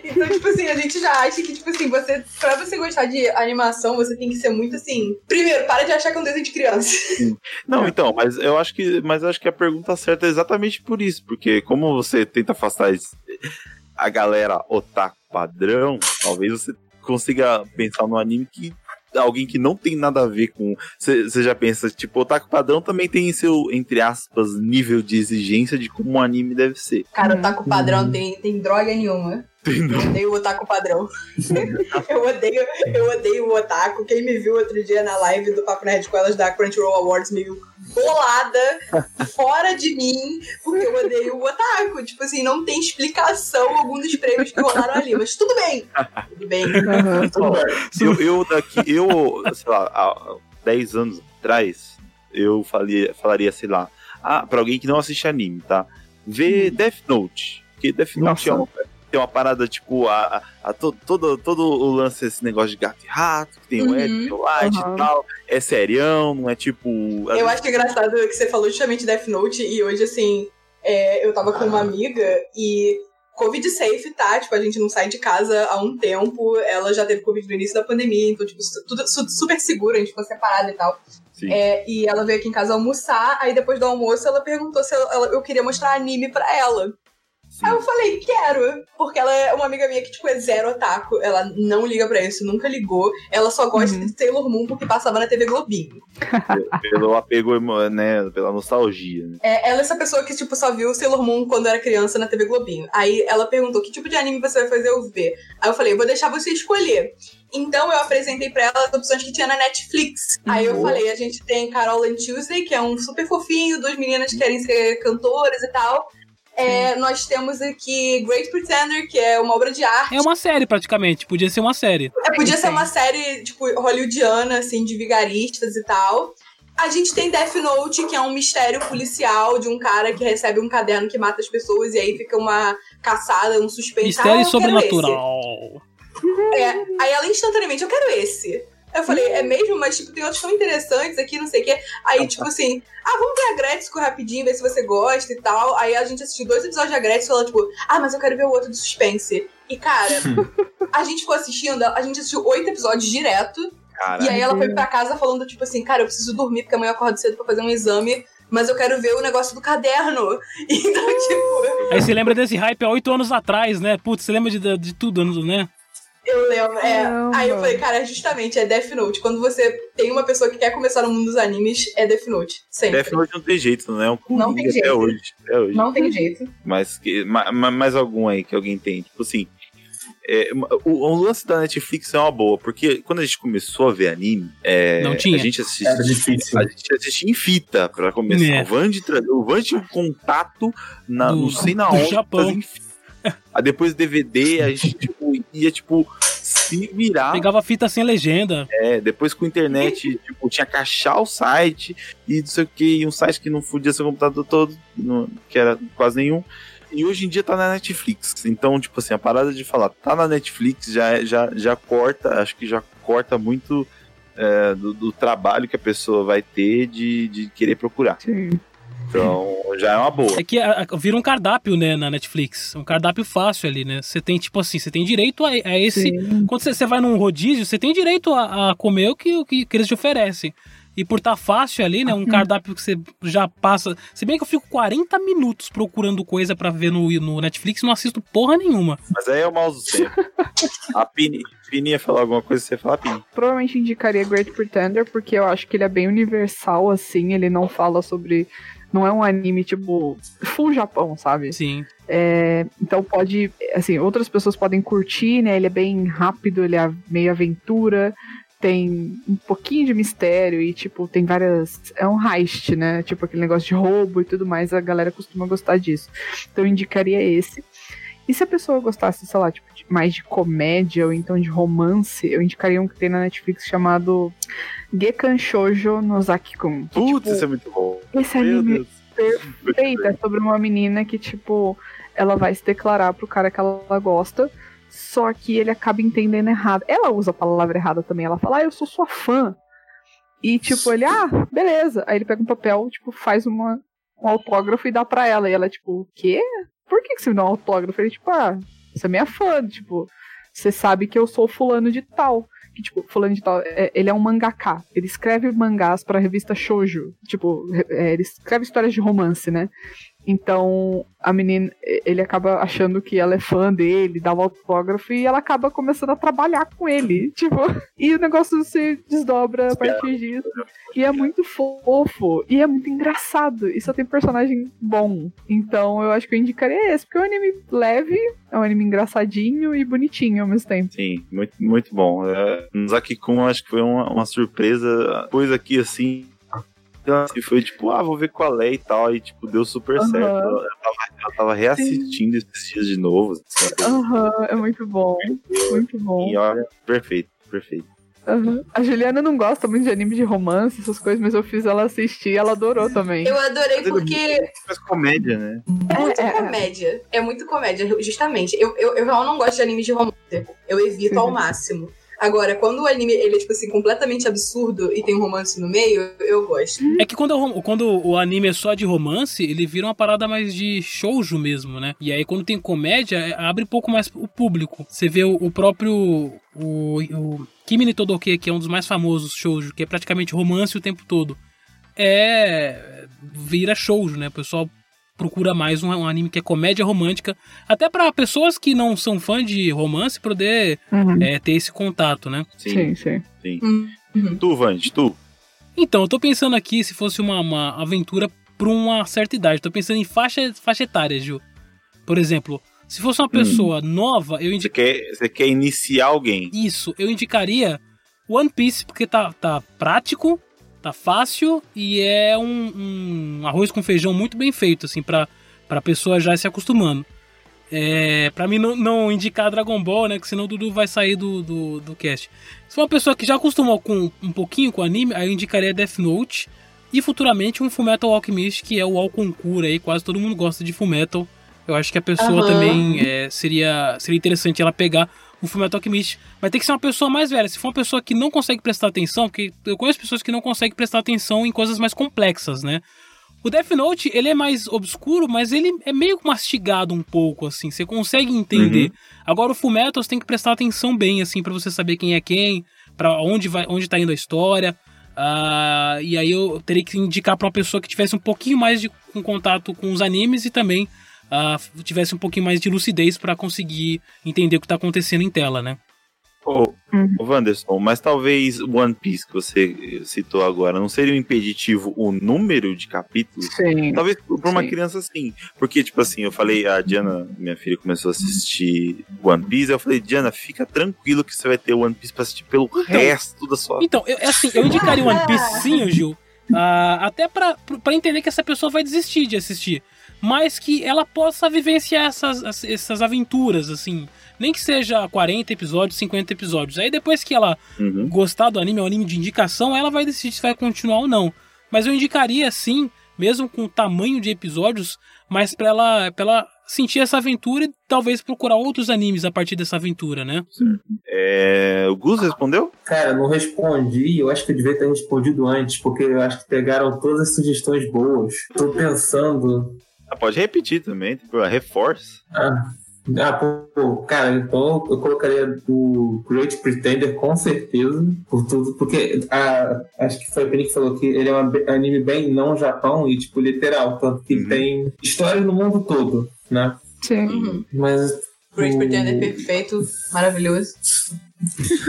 Speaker 5: Então, tipo assim, a gente já acha que, tipo assim, você, pra você gostar de animação, você tem que ser muito assim. Primeiro, para de achar que é um desenho de criança.
Speaker 1: Não, então, mas eu acho que, mas eu acho que a pergunta certa é exatamente por isso. Porque como você tenta afastar esse- a galera otaku padrão, talvez você consiga pensar no anime que alguém que não tem nada a ver com. Você você já pensa, tipo, o Otaku Padrão também tem seu, entre aspas, nível de exigência de como um anime deve ser.
Speaker 5: tá Cara, o taco padrão tem, tem droga nenhuma.
Speaker 1: Tem
Speaker 5: Eu
Speaker 1: não.
Speaker 5: odeio o otaku padrão. eu, odeio, eu odeio o otaku. Quem me viu outro dia na live do Papo Nerd com elas da Crunchyroll Awards me viu bolada, fora de mim, porque eu odeio o otaku. Tipo assim, não tem explicação algum dos prêmios que rolaram ali, mas tudo bem. Tudo bem.
Speaker 6: Aham.
Speaker 1: Ó, eu, eu daqui, eu, sei lá, há 10 anos atrás, eu falia, falaria, sei lá, ah, pra alguém que não assiste anime, tá? Vê Death Note. Porque Death Note
Speaker 6: Hum. Nossa.
Speaker 1: é uma, tem uma parada, tipo, a, a- a to- todo, todo o lance desse negócio de gato e rato, que tem o
Speaker 5: Uhum,
Speaker 1: Ed, tem o Light
Speaker 6: aham.
Speaker 1: e tal. É serião, não é tipo.
Speaker 5: Eu acho engraçado que você falou justamente Death Note e hoje, assim, é, eu tava com uma amiga e Covid safe tá, tipo, a gente não sai de casa há um tempo, ela já teve Covid no início da pandemia, então, tipo, su- tudo su- super seguro, a gente ficou separada e tal.
Speaker 1: Sim.
Speaker 5: É, e ela veio aqui em casa almoçar, aí depois do almoço ela perguntou se eu, ela- eu queria mostrar anime pra ela.
Speaker 1: Sim.
Speaker 5: Aí eu falei, quero, porque ela é uma amiga minha que, tipo, é zero otaku, ela não liga pra isso, nunca ligou, ela só gosta
Speaker 6: Uhum.
Speaker 5: de Sailor Moon porque passava na TV Globinho.
Speaker 1: Pelo apego, emo- né? Pela nostalgia. né?
Speaker 5: É, ela é essa pessoa que, tipo, só viu Sailor Moon quando era criança na TV Globinho. Aí ela perguntou que tipo de anime você vai fazer eu ver. Aí eu falei, vou deixar você escolher. Então eu apresentei pra ela as opções que tinha na Netflix. Aí eu
Speaker 6: Boa.
Speaker 5: falei, a gente tem Carol and Tuesday, que é um super fofinho, duas meninas que querem ser cantoras e tal. É, nós temos aqui Great Pretender, que é uma obra de arte.
Speaker 2: É uma série, praticamente. Podia ser uma série.
Speaker 5: É, podia ser
Speaker 6: Sim.
Speaker 5: uma série, tipo, hollywoodiana, assim, de vigaristas e tal. A gente tem Death Note, que é um mistério policial de um cara que recebe um caderno que mata as pessoas e aí fica uma caçada, um suspense. Ah, eu
Speaker 2: Mistério
Speaker 5: quero
Speaker 2: sobrenatural.
Speaker 5: esse. É, aí ela instantaneamente, eu quero esse. Eu falei, é mesmo, mas tipo, tem outros tão interessantes aqui, não sei o quê. Aí, tipo assim, ah, vamos ver a Gretzko rapidinho, ver se você gosta e tal. Aí a gente assistiu dois episódios da Gretzko e ela, tipo, ah, mas eu quero ver o outro de suspense. E, cara, a gente ficou assistindo, a gente assistiu oito episódios direto.
Speaker 1: Cara,
Speaker 5: E aí ela foi pra casa falando, tipo assim, cara, eu preciso dormir porque amanhã eu acordo cedo pra fazer um exame, mas eu quero ver o negócio do caderno. Então, tipo,
Speaker 2: Aí você lembra desse hype há oito anos atrás, né? Putz, você lembra de, de tudo, né?
Speaker 5: eu lembro. é.
Speaker 6: Caramba.
Speaker 5: Aí eu falei, cara, justamente, é Death Note. Quando você tem uma pessoa que quer começar no mundo dos animes, é Death Note. Sempre.
Speaker 1: Death Note não tem jeito, né? É um
Speaker 5: Não tem
Speaker 1: coringa até
Speaker 5: jeito.
Speaker 1: hoje. Até hoje.
Speaker 5: Não tem jeito.
Speaker 1: Mas que, ma, ma- mais algum aí que alguém tem? Tipo assim, é, ma- o, o lance da Netflix é uma boa, porque quando a gente começou a ver anime, é,
Speaker 2: Não tinha.
Speaker 1: a gente assistia.
Speaker 4: Era difícil.
Speaker 1: A gente assistia em fita pra começar.
Speaker 2: É.
Speaker 1: O Vande o Vand tinha um contato na,
Speaker 2: Do-
Speaker 1: não sei na
Speaker 2: do
Speaker 1: onde.
Speaker 2: Japão.
Speaker 1: fazia em fita. Aí depois DVD, a gente tipo, ia tipo se virar.
Speaker 2: Pegava fita sem legenda.
Speaker 1: É, depois com internet, tipo, tinha que achar o site e não sei o que, e um site que não fudia seu computador todo, não- que era quase nenhum. E hoje em dia tá na Netflix. Então, tipo assim, a parada de falar, tá na Netflix, já, é- já, já corta, acho que já corta muito é, do, do trabalho que a pessoa vai ter de, de querer procurar.
Speaker 6: Sim.
Speaker 1: Então, já é uma boa.
Speaker 2: É que a- a- vira um cardápio, né, na Netflix. Um cardápio fácil ali, né? Você tem, tipo assim, você tem direito a, a esse.
Speaker 6: Sim.
Speaker 2: Quando você, você vai num rodízio, você tem direito a, a comer o que, o que, que eles te oferecem. E por estar fácil ali, né? Um cardápio que você já passa. Se bem que eu fico 40 minutos procurando coisa pra ver no, no Netflix e não assisto porra nenhuma.
Speaker 1: Mas aí é o mouse do tempo. A Pini, Pini ia falar alguma coisa, você fala, Pini.
Speaker 6: Provavelmente indicaria Great Pretender, porque eu acho que ele é bem universal, assim, ele não fala sobre. Não é um anime, tipo, full Japão, sabe?
Speaker 2: Sim.
Speaker 6: É, então pode, assim, outras pessoas podem curtir, né? Ele é bem rápido, ele é meio aventura, tem um pouquinho de mistério e, tipo, tem várias. É um heist, né? Tipo, aquele negócio de roubo e tudo mais, a galera costuma gostar disso. Então eu indicaria esse. E se a pessoa gostasse, sei lá, tipo, de- mais de comédia ou então de romance, eu indicaria um que tem na Netflix chamado Gekan Shoujo no Zaki-kun. que,
Speaker 1: Putz,
Speaker 6: tipo,
Speaker 1: isso é muito bom.
Speaker 6: esse
Speaker 1: Meu
Speaker 6: anime
Speaker 1: Deus.
Speaker 6: perfeita é sobre uma menina que, tipo, ela vai se declarar pro cara que ela gosta, só que ele acaba entendendo errado. Ela usa a palavra errada também, ela fala, ah, eu sou sua fã. E, tipo, ele, ah, beleza. Aí ele pega um papel, tipo, faz uma, um autógrafo e dá pra ela. E ela, tipo, o quê? Por que, que você me dá um autógrafo? Ele, tipo, ah, você é minha fã, tipo, você sabe que eu sou fulano de tal. Que, tipo, fulano de tal, é- ele é um mangaká. Ele escreve mangás pra revista Shoujo. Tipo, re- é, ele escreve histórias de romance, né? Então a menina, e- ele acaba achando que ela é fã dele, dá o autógrafo e ela acaba começando a trabalhar com ele. Tipo, e o negócio se desdobra a partir disso. E é muito fofo. E é muito engraçado. E só tem personagem bom. Então eu acho que eu indicaria esse, porque é um anime leve, é um anime engraçadinho e bonitinho ao mesmo tempo.
Speaker 1: Sim, muito, muito bom. É, Zaki-kun acho que foi uma, uma surpresa. Pôs aqui assim. então, assim, foi tipo, ah, vou ver qual é e tal. E tipo, deu super
Speaker 6: Aham.
Speaker 1: certo. Ela tava, ela tava reassistindo esses dias de novo. sabe?
Speaker 6: Aham, é muito bom. Muito bom.
Speaker 1: E olha, perfeito, perfeito.
Speaker 6: Aham. A Juliana não gosta muito de anime de romance, essas coisas, mas eu fiz ela assistir e ela adorou também.
Speaker 5: Eu adorei porque
Speaker 1: Faz comédia, né?
Speaker 5: é muito
Speaker 6: É, é, é.
Speaker 5: comédia. É muito comédia, justamente. Eu, eu, eu não gosto de anime de romance. Eu evito ao máximo. Agora, quando o anime ele é, tipo assim, completamente absurdo e tem um romance no meio, eu gosto.
Speaker 2: É que quando, é rom- quando o anime é só de romance, ele vira uma parada mais de shoujo mesmo, né? E aí quando tem comédia, é- abre um pouco mais o público. Você vê o, o próprio... O, o Kimi ni Todoke, que é um dos mais famosos shoujo, que é praticamente romance o tempo todo. É... Vira shoujo, né? O pessoal procura mais um, um anime que é comédia romântica. Até pra pessoas que não são fã de romance poder
Speaker 6: Uhum.
Speaker 2: é, ter esse contato, né?
Speaker 1: Sim.
Speaker 6: Sim, sim. Uhum.
Speaker 1: Tu, Vande, tu.
Speaker 2: Então, eu tô pensando aqui se fosse uma, uma aventura pra uma certa idade. Tô pensando em faixa, faixa etária, Gil. Por exemplo, se fosse uma pessoa nova, eu
Speaker 1: Você
Speaker 2: indicaria.
Speaker 1: quer, você quer iniciar alguém?
Speaker 2: Isso, eu indicaria One Piece, porque tá, tá prático, tá fácil e é um, um arroz com feijão muito bem feito, assim, pra, pra pessoa já ir se acostumando. É, pra mim não, não indicar Dragon Ball, né? Que senão o Dudu vai sair do, do, do cast. Se for uma pessoa que já acostumou com um pouquinho com anime, aí eu indicaria Death Note e futuramente um Fullmetal Alchemist, que é o Alconcura aí, quase todo mundo gosta de Fullmetal. Eu acho que a pessoa
Speaker 5: Aham.
Speaker 2: também é, seria, seria interessante ela pegar o Fullmetal Alchemist. Vai ter que ser uma pessoa mais velha. Se for uma pessoa que não consegue prestar atenção, porque eu conheço pessoas que não conseguem prestar atenção em coisas mais complexas, né? O Death Note, ele é mais obscuro, mas ele é meio mastigado um pouco, assim. Você consegue entender. Agora, o Fullmetal, você tem que prestar atenção bem, assim, pra você saber quem é quem, pra onde, vai, onde tá indo a história. Ah, e aí eu teria que indicar pra uma pessoa que tivesse um pouquinho mais de um contato com os animes e também ah, tivesse um pouquinho mais de lucidez pra conseguir entender o que tá acontecendo em tela, né?
Speaker 1: Ô,
Speaker 6: Uhum.
Speaker 1: ô, Wanderson, mas talvez One Piece que você citou agora não seria um impeditivo o número de capítulos?
Speaker 6: Sim.
Speaker 1: Talvez pra uma
Speaker 6: Sim.
Speaker 1: criança sim. Porque, tipo assim, eu falei, a Diana, minha filha, começou a assistir One Piece. Eu falei, Diana, fica tranquilo que você vai ter One Piece pra assistir pelo resto da sua.
Speaker 2: Então, eu, é assim, eu indicaria One Piece sim, ô Gil. ah, até pra, pra entender que essa pessoa vai desistir de assistir. Mas que ela possa vivenciar essas, essas aventuras, assim. Nem que seja 40 episódios, 50 episódios. Aí depois que ela
Speaker 1: Uhum.
Speaker 2: gostar do anime, é um anime de indicação, ela vai decidir se vai continuar ou não. Mas eu indicaria sim, mesmo com o tamanho de episódios, mas pra ela, pra ela sentir essa aventura e talvez procurar outros animes a partir dessa aventura, né?
Speaker 1: É, o Gus respondeu?
Speaker 4: Cara, não respondi, eu acho que eu devia ter respondido antes, porque eu acho que pegaram todas as sugestões boas. Tô pensando.
Speaker 1: Ah, pode repetir também, tipo, reforça.
Speaker 4: Ah, ah, pô, pô, cara, então eu colocaria o Great Pretender com certeza, por tudo, porque ah, acho que foi a Penny que falou que ele é um be- anime bem não Japão e, tipo, literal, tanto que
Speaker 1: Uhum.
Speaker 4: ele tem histórias no mundo todo, né?
Speaker 6: Sim.
Speaker 5: Uhum.
Speaker 4: Mas.
Speaker 5: Great
Speaker 4: o-
Speaker 5: Pretender perfeito, maravilhoso.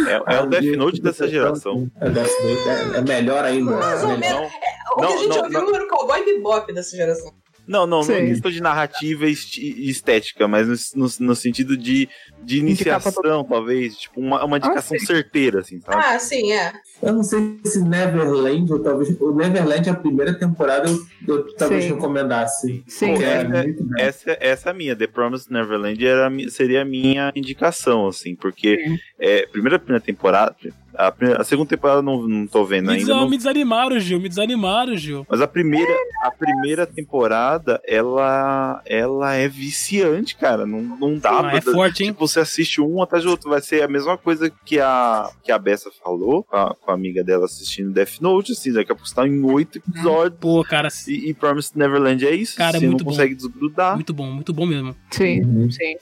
Speaker 1: É, é
Speaker 4: Ah,
Speaker 1: o Death Note dessa geração.
Speaker 4: É, Death Note é- é melhor ainda. é
Speaker 5: Mais ou
Speaker 4: melhor.
Speaker 5: menos. O
Speaker 1: Não,
Speaker 5: que a gente
Speaker 1: não,
Speaker 5: ouviu
Speaker 1: não.
Speaker 5: era o cowboy bebop dessa geração.
Speaker 1: Não, não, não
Speaker 6: Sim.
Speaker 1: estou de narrativa e esti- e estética, mas no, no- no sentido de, de
Speaker 6: Indicar pra
Speaker 1: iniciação, talvez. Tipo, uma, uma indicação
Speaker 6: sim.
Speaker 1: certeira, assim, sabe?
Speaker 5: Ah, sim, é.
Speaker 4: Eu não sei se Neverland, ou talvez. O Neverland, a primeira temporada, eu, eu talvez
Speaker 6: Sim.
Speaker 4: recomendasse.
Speaker 6: Sim.
Speaker 4: Que é
Speaker 1: Sim.
Speaker 4: muito bom.
Speaker 1: essa, essa é a minha. The Promised Neverland era, a mi- seria a minha indicação, assim, porque
Speaker 6: Sim.
Speaker 1: é, primeira, primeira temporada. A, primeira- a segunda temporada eu não, não tô vendo
Speaker 2: Me,
Speaker 1: ainda.
Speaker 2: desa-
Speaker 1: não-
Speaker 2: me desanimaram, Gil, me desanimaram, Gil.
Speaker 1: mas a primeira, a primeira temporada, ela, ela é viciante, cara. Não, não dá
Speaker 2: Ah, é
Speaker 1: pra-
Speaker 2: forte, hein?
Speaker 1: Tipo, você assiste um atrás do outro. Vai ser a mesma coisa que a, que a Bessa falou com a, com a amiga dela assistindo Death Note, assim, daqui a pouco você tá em oito episódios.
Speaker 2: Pô, cara,
Speaker 1: E, e Promised Neverland é isso.
Speaker 2: Uhum. Cara, é
Speaker 1: você
Speaker 2: muito
Speaker 1: não
Speaker 2: bom.
Speaker 1: consegue desgrudar.
Speaker 2: muito bom, muito bom mesmo.
Speaker 6: Sim,
Speaker 4: Uhum.
Speaker 6: sim.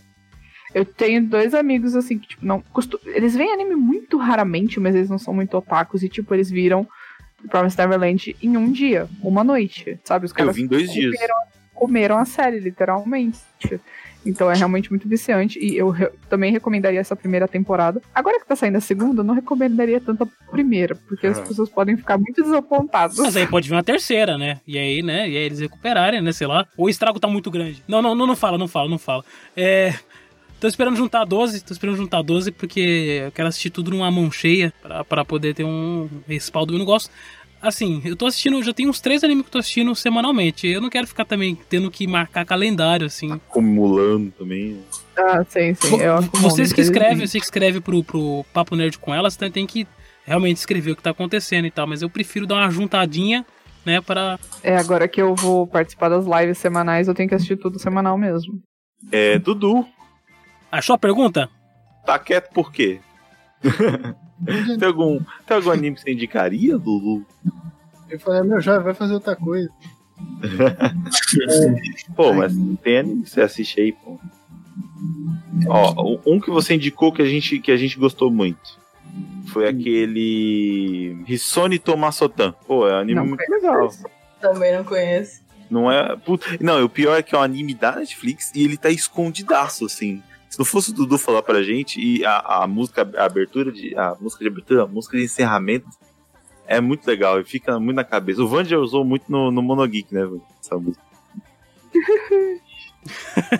Speaker 6: Eu tenho dois amigos, assim, que, tipo, não. costu- Eles veem anime muito raramente, mas eles não são muito otakus. E, tipo, eles viram Promised Neverland em um dia, uma noite, sabe? Os
Speaker 1: Eu
Speaker 6: caras
Speaker 2: É.
Speaker 1: vi em dois dias.
Speaker 6: recuperam- comeram a série, literalmente. Então é realmente muito viciante e eu re- também recomendaria essa primeira temporada. Agora que tá saindo a segunda, eu não recomendaria tanto a primeira, porque as
Speaker 1: Ah.
Speaker 6: pessoas podem ficar muito desapontadas.
Speaker 2: Mas aí pode vir uma terceira, né? E aí, né? E aí eles recuperarem, né? Sei lá. Ou o estrago tá muito grande. Não, não, não, não fala, não fala, não fala. É. Tô esperando juntar 12, tô esperando juntar 12 porque eu quero assistir tudo numa mão cheia pra, pra poder ter um respaldo. Eu não gosto. Assim, eu tô assistindo, já tem uns três animes que eu tô assistindo semanalmente. Eu não quero ficar também tendo que marcar calendário, assim.
Speaker 1: Acumulando também.
Speaker 6: Ah, sim, sim.
Speaker 2: Vo-
Speaker 6: eu acomodo,
Speaker 2: Vocês que
Speaker 6: infelizmente.
Speaker 2: escrevem, você que escreve pro, pro Papo Nerd com elas, tem, tem que realmente escrever o que tá acontecendo e tal, mas eu prefiro dar uma juntadinha, né, pra...
Speaker 6: É, agora que eu vou participar das lives semanais, eu tenho que assistir tudo semanal mesmo.
Speaker 1: É, Dudu,
Speaker 2: Achou a pergunta?
Speaker 1: tá quieto por quê? tem, algum, tem algum anime que você indicaria, Dudu?
Speaker 3: Eu falei, "Ah, meu, já vai fazer outra coisa.
Speaker 1: Pô, mas tem anime que você assiste aí, pô. Ó, um que você indicou que a gente, que a gente gostou muito. Foi aquele. Hissone Tomasotan. Pô, é um anime
Speaker 6: Não
Speaker 1: muito
Speaker 6: conheço.
Speaker 1: legal.
Speaker 5: Também não conheço.
Speaker 1: Não é. Puta, não, e o pior é que é um anime da Netflix e ele tá escondidaço, assim. Se não fosse o Dudu falar pra gente, e a, a música, a abertura de. A música de abertura, a música de encerramento é muito legal e fica muito na cabeça. O Van já usou muito no, no Monogeek, né, Vand, essa música.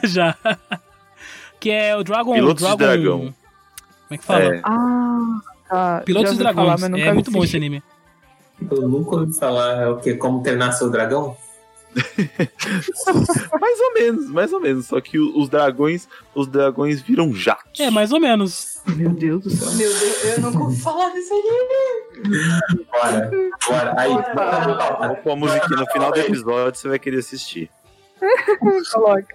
Speaker 2: Já. Que é o Dragon...
Speaker 1: Pilotos de
Speaker 2: Dragon...
Speaker 1: Dragão.
Speaker 2: Como é que fala?
Speaker 1: É,
Speaker 6: Ah, tá.
Speaker 2: Pilotos
Speaker 6: Já
Speaker 2: de
Speaker 6: ouvi falar,
Speaker 2: Dragões.
Speaker 6: mas nunca
Speaker 2: é muito bom
Speaker 6: assisti.
Speaker 2: esse anime.
Speaker 4: Eu nunca ouvi falar é o quê? Como treinar seu dragão?
Speaker 1: mais ou menos, mais ou menos. Só que o- os dragões, os dragões viram jatos.
Speaker 2: É, mais ou menos.
Speaker 6: Meu Deus do céu.
Speaker 5: Meu Deus, eu nunca ouvi falar desse anime.
Speaker 4: Bora, bora. Aí,
Speaker 5: Bora.
Speaker 4: bora, bora.
Speaker 1: Vou pôr Então, a musiquinha no final do episódio, você vai querer assistir.
Speaker 6: Coloca.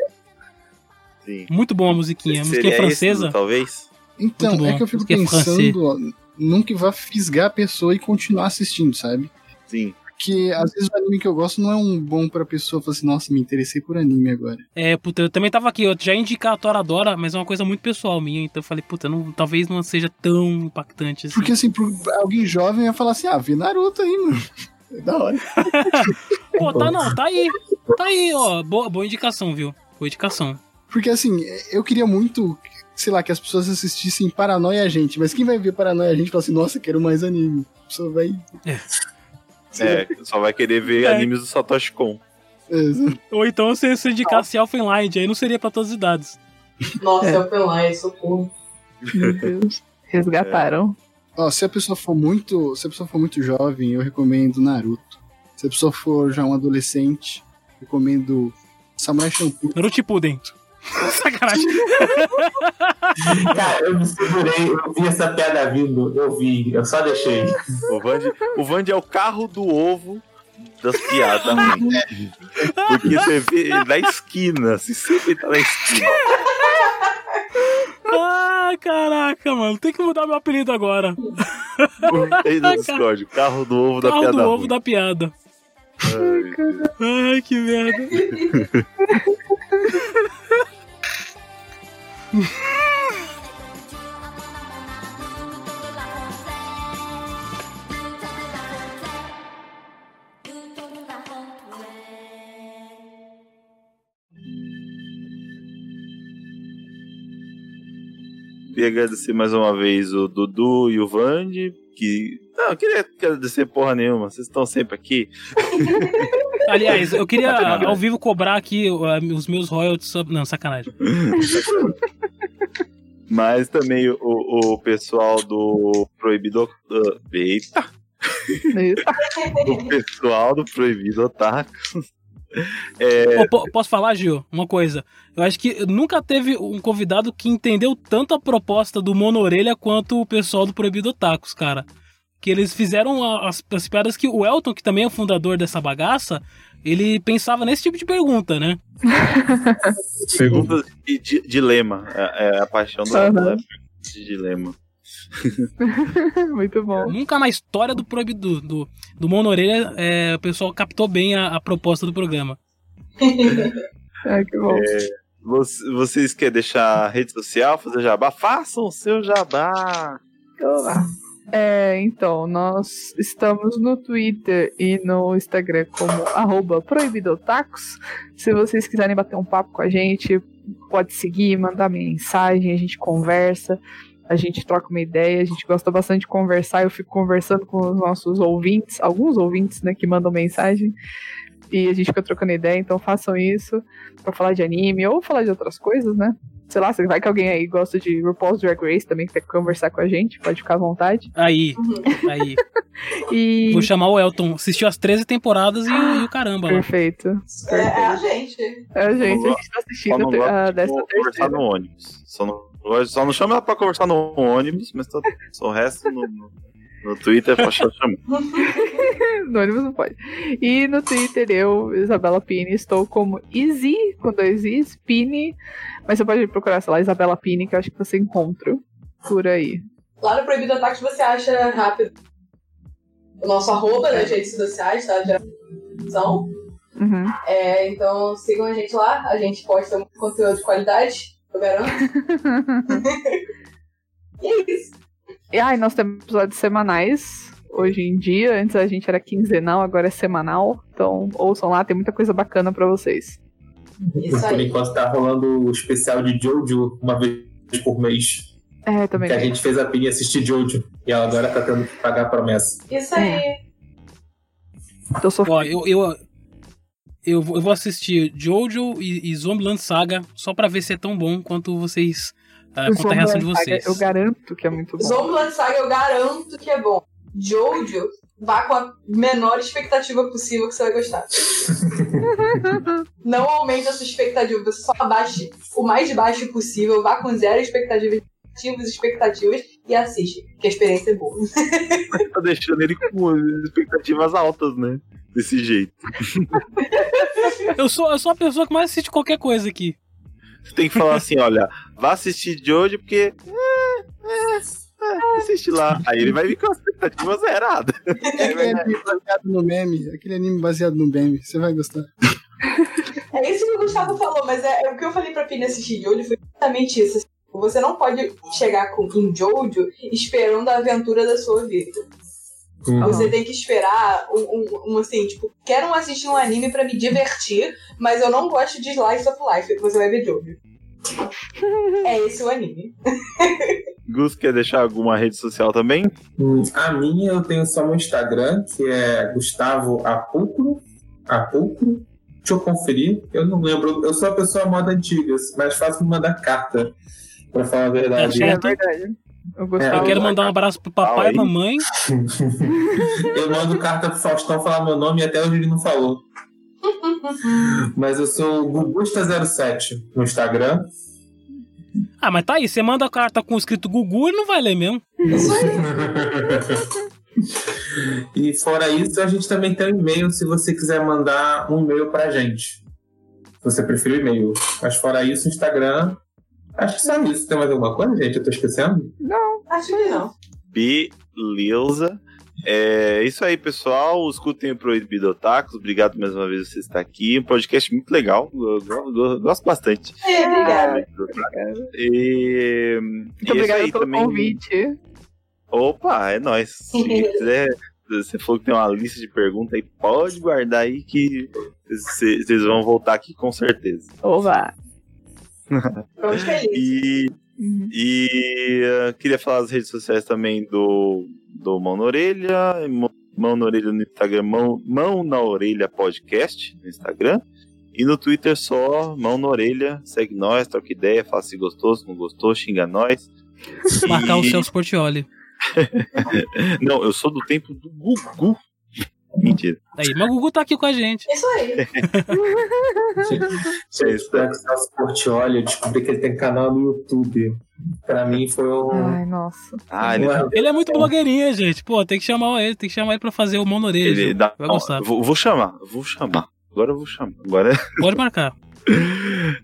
Speaker 1: Sim.
Speaker 2: Muito bom a musiquinha. A musiquinha
Speaker 1: Seria
Speaker 2: é
Speaker 1: esse,
Speaker 2: francesa.
Speaker 1: talvez?
Speaker 3: Então,
Speaker 2: Muito
Speaker 3: é
Speaker 2: bom.
Speaker 3: que eu fico
Speaker 2: Isso que é francês.
Speaker 3: pensando ó, num que vá fisgar a pessoa e continuar assistindo, sabe?
Speaker 1: Sim.
Speaker 3: Porque às vezes o anime que eu gosto não é um bom pra pessoa falar assim, nossa, me interessei por anime agora.
Speaker 2: É, puta, eu também tava aqui, eu já ia indicar a Toradora, mas é uma coisa muito pessoal minha, então eu falei, puta, não, talvez não seja tão impactante assim.
Speaker 3: Porque assim, pro- alguém jovem ia falar assim, ah, vê Naruto aí, mano. É da hora.
Speaker 2: Pô, tá não, tá aí. Tá aí, ó. Boa, boa indicação, viu? Boa indicação.
Speaker 3: Porque assim, eu queria muito, sei lá, que as pessoas assistissem Paranoia a gente, mas quem vai ver Paranoia a gente fala assim, nossa, quero mais anime. A pessoa vai.
Speaker 1: É, só vai querer ver
Speaker 2: É.
Speaker 1: animes do Satoshi Kon.
Speaker 3: É,
Speaker 2: Ou então se você indicasse Elfenlind, aí não seria pra todas as idades.
Speaker 5: Nossa,
Speaker 6: É.
Speaker 5: é. Open Line, socorro.
Speaker 6: Meu Deus.
Speaker 1: É.
Speaker 6: Resgataram.
Speaker 3: Ó, se a pessoa for muito. Se a pessoa for muito jovem, eu recomendo Naruto. Se a pessoa for já um adolescente, recomendo Samurai Shampoo.
Speaker 2: Naruto Puden. Sacanagem.
Speaker 4: Cara, eu me segurei, eu vi essa piada vindo, eu vi, eu só deixei.
Speaker 1: O Vand, o Vand é o carro do ovo das piadas ruins. Porque você vê ele na esquina, se sempre tá na esquina.
Speaker 2: Ah, caraca, mano. Tem que mudar meu apelido agora.
Speaker 1: Tem no Discord, o carro do ovo da
Speaker 2: Carro
Speaker 1: piada
Speaker 2: do ovo
Speaker 1: ruim.
Speaker 2: da piada. Ai, que merda.
Speaker 1: Queria agradecer mais uma vez o Dudu e o Vand, que... Não, eu queria agradecer porra nenhuma, vocês estão sempre aqui.
Speaker 2: Aliás, eu queria ao vivo cobrar aqui uh, os meus royalties. sobre- Não, sacanagem.
Speaker 1: Mas também o, o pessoal do Proibido... ah, Eita!
Speaker 6: Eita,
Speaker 1: O pessoal do Proibido Otaku.
Speaker 2: Ô, po- posso falar, Gil? Uma coisa. Eu acho que nunca teve um convidado que entendeu tanto a proposta do Mono Orelha quanto o pessoal do Proibido Tacos, cara. Que eles fizeram a- as, as piadas que o Elton, que também é o fundador dessa bagaça, ele pensava nesse tipo de pergunta, né?
Speaker 1: Perguntas de, de- dilema. É, é a paixão do
Speaker 6: Aham.
Speaker 1: da pergunta de dilema.
Speaker 6: muito bom.
Speaker 2: Nunca na história do Proibido, do, do Mono Orelha, é, o pessoal captou bem a, a proposta do programa.
Speaker 6: Ai, É, que bom.
Speaker 1: É, Você- Vocês querem deixar a rede social, fazer jabá? Façam o seu jabá!
Speaker 6: É, então, nós estamos no Twitter e no Instagram como arroba proibidotacos. Se vocês quiserem bater um papo com a gente, pode seguir, mandar mensagem, a gente conversa, a gente troca uma ideia, a gente gosta bastante de conversar, eu fico conversando com os nossos ouvintes, alguns ouvintes, né, que mandam mensagem. E a gente fica trocando ideia, então façam isso pra falar de anime ou falar de outras coisas, né? Sei lá, se vai que alguém aí gosta de RuPaul's Drag Race também, que quer conversar com a gente, pode ficar à vontade.
Speaker 2: Aí,
Speaker 5: Uhum.
Speaker 2: aí.
Speaker 6: E.
Speaker 2: Vou chamar o Elton. Assistiu as 13 temporadas e, o- e o caramba lá.
Speaker 6: Perfeito.
Speaker 5: É, é a gente.
Speaker 6: É, gente, a gente tá
Speaker 1: Só não
Speaker 6: assistindo
Speaker 1: gosto
Speaker 6: a
Speaker 1: de
Speaker 6: décima
Speaker 1: co- tipo, conversar
Speaker 6: terceira.
Speaker 1: no ônibus. Só não, gosto- só não chama ela pra conversar no ônibus, mas tá, só o resto no, no, no Twitter pra chamar.
Speaker 6: No ônibus não pode. E no Twitter eu, Isabela Pini, estou como Easy, com dois Is, Pini. Mas você pode procurar, sei lá, Isabela Pini, que eu acho que você encontra por aí.
Speaker 5: Lá no Proibido Ataques você acha rápido o nosso arroba nas redes sociais, tá? Já são.
Speaker 6: Uhum.
Speaker 5: É, então sigam a gente lá, a gente posta muito conteúdo de qualidade, eu garanto. E é isso.
Speaker 6: E aí, nós temos episódios semanais hoje em dia. Antes a gente era quinzenal, agora é semanal. Então, ouçam lá, tem muita coisa bacana pra vocês.
Speaker 5: Isso
Speaker 4: Por
Speaker 5: aí.
Speaker 4: enquanto tá rolando o especial de Jojo uma vez por mês.
Speaker 6: É, também.
Speaker 4: Que a gente fez a Pini assistir Jojo. E ela agora tá tendo que pagar a promessa.
Speaker 5: Isso aí.
Speaker 6: Tô sofrendo.
Speaker 2: Ó, eu, eu, eu, vou- eu vou assistir Jojo e, e Zombieland Saga só pra ver se é tão bom quanto vocês. ah, quanto a reação de vocês.
Speaker 6: Eu garanto que é muito bom.
Speaker 5: Zombieland Saga eu garanto que é bom. Jojo, vá com a menor expectativa possível que você vai gostar. Não aumente a sua expectativa, só abaixe o mais baixo possível, vá com zero expectativas, expectativas, expectativas e assiste, que a experiência é boa.
Speaker 1: Tá deixando ele com as expectativas altas, né? Desse jeito.
Speaker 2: Eu sou, eu sou a pessoa que mais assiste qualquer coisa aqui.
Speaker 1: Você tem que falar assim, olha, vá assistir Jojo porque... é, é, é, assiste lá. Aí ele vai vir com a expectativa zerada.
Speaker 3: Aquele anime baseado no meme, aquele anime baseado no meme, você vai gostar.
Speaker 5: É isso que o Gustavo falou, mas é, é o que eu falei pra Pini assistir Jojo foi exatamente isso. assim, Você não pode chegar com, em Jojo esperando a aventura da sua vida.
Speaker 4: Hum.
Speaker 5: Então, Você tem que esperar um, um- um, assim, tipo, quero assistir um anime pra me divertir, mas eu não gosto de Slice of Life, você vai ver Jojo. É esse o anime.
Speaker 1: Gus, quer deixar alguma rede social também?
Speaker 4: Hum, A minha eu tenho só meu Instagram, que é Gustavo Apulcro. Apulcro. Deixa eu conferir. Eu não lembro. Eu sou uma pessoa moda antiga, mas faço me mandar carta, pra falar a verdade.
Speaker 2: É,
Speaker 6: É,
Speaker 2: eu tô-
Speaker 6: verdade. Eu
Speaker 4: É,
Speaker 6: gostava.
Speaker 2: Eu quero mandar um abraço pro papai
Speaker 1: Fala
Speaker 2: e
Speaker 1: aí.
Speaker 2: mamãe.
Speaker 4: Eu mando carta pro Faustão falar meu nome e até hoje ele não falou. Mas eu sou o Gugusta07 no Instagram.
Speaker 2: Ah, mas tá aí, você manda a carta com escrito Gugu, ele não vai ler mesmo.
Speaker 5: Isso aí.
Speaker 4: E fora isso, a gente também tem um e-mail se você quiser mandar um e-mail pra gente. Se você preferir e-mail. Mas fora isso, Instagram. Acho que só isso. Tem mais alguma coisa, gente? Eu tô esquecendo?
Speaker 5: Acho que não.
Speaker 1: Beleza. É isso aí, pessoal. Escutem o Proibido Otakus. Obrigado mais uma vez por você estar aqui. Um podcast muito legal. Eu, go- go- gosto bastante.
Speaker 5: É, obrigada.
Speaker 1: E, e
Speaker 6: Muito
Speaker 1: é isso
Speaker 6: obrigada
Speaker 1: aí
Speaker 6: pelo
Speaker 1: também.
Speaker 6: convite.
Speaker 1: Opa, é nóis. Se quiser, se você for que tem uma lista de perguntas aí, pode guardar aí que c- vocês vão voltar aqui com certeza.
Speaker 6: Oba!
Speaker 5: Ficamos felizes.
Speaker 1: E,
Speaker 6: Uhum.
Speaker 1: e, eh, queria falar as redes sociais também do, do Mão na Orelha, e Mão- Mão na Orelha no Instagram, Mão, Mão na Orelha Podcast no Instagram. E no Twitter só, Mão na Orelha, segue nós, troca ideia, fala se gostou, se não gostou, xinga nós.
Speaker 2: Marcar o
Speaker 1: E-
Speaker 2: Celso Portioli. Tá
Speaker 1: Não, eu sou do tempo do Gugu. Mentira.
Speaker 2: Aí, mas o Gugu tá aqui com a gente.
Speaker 5: É Isso aí.
Speaker 1: É
Speaker 4: Gente,
Speaker 1: isso.
Speaker 4: tá o Celso Portioli, eu descobri que ele tem canal no YouTube. Pra mim foi um.
Speaker 6: Ai, nossa.
Speaker 1: Ah, ele
Speaker 4: uma-
Speaker 2: Ele é muito blogueirinha, gente. Pô, tem que chamar ele, tem que chamar ele pra fazer o
Speaker 1: Ele
Speaker 2: monorejo.
Speaker 1: dá-
Speaker 2: Vai gostar.
Speaker 1: Vou, vou chamar, vou chamar. Agora eu vou chamar. Agora...
Speaker 2: Pode marcar.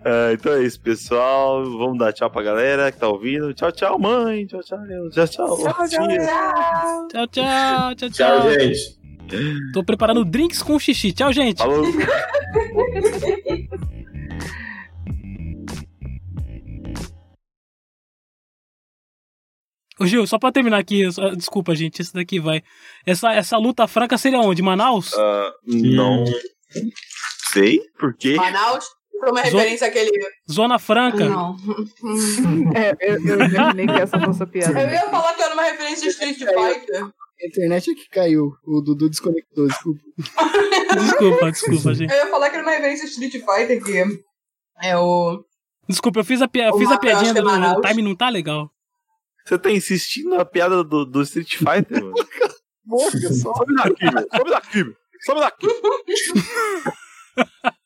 Speaker 1: Ah, então é isso, pessoal. Vamos dar tchau pra galera que tá ouvindo. Tchau, tchau, mãe. Tchau, tchau, Leon. Tchau, tchau.
Speaker 6: Tchau, tchau,
Speaker 1: tia.
Speaker 5: ah,
Speaker 2: Tchau,
Speaker 5: Tchau.
Speaker 2: tchau, tchau,
Speaker 4: Tchau,
Speaker 2: tchau.
Speaker 4: gente.
Speaker 2: Tô preparando drinks com xixi. Tchau, gente.
Speaker 1: Falou.
Speaker 2: Ô, Gil, só pra terminar aqui, eu só- desculpa, gente, esse daqui vai. Essa, essa luta franca seria onde? Manaus?
Speaker 1: Ah, não sei por
Speaker 5: É.
Speaker 1: quê.
Speaker 5: Manaus, por uma
Speaker 2: Zo-
Speaker 5: referência àquele.
Speaker 2: Zona Franca?
Speaker 5: Não.
Speaker 6: É, eu, eu imaginei que essa fosse a piada. É,
Speaker 5: Eu ia falar que era uma referência a Street Fighter.
Speaker 3: A internet é que caiu. O Dudu desconectou, desculpa.
Speaker 2: Desculpa, desculpa, gente.
Speaker 5: Eu ia falar que era uma referência a Street Fighter, que é o.
Speaker 2: Desculpa, eu fiz a, pia- eu
Speaker 5: O
Speaker 2: fiz a
Speaker 5: Manaus,
Speaker 2: piadinha
Speaker 5: acho que é
Speaker 2: do o
Speaker 5: Manaus.
Speaker 2: time, não tá legal.
Speaker 1: Você tá insistindo na piada do, do Street Fighter, mano?
Speaker 3: Boca só.
Speaker 1: Sobe daqui, meu. Sobe daqui, meu. Sobe daqui.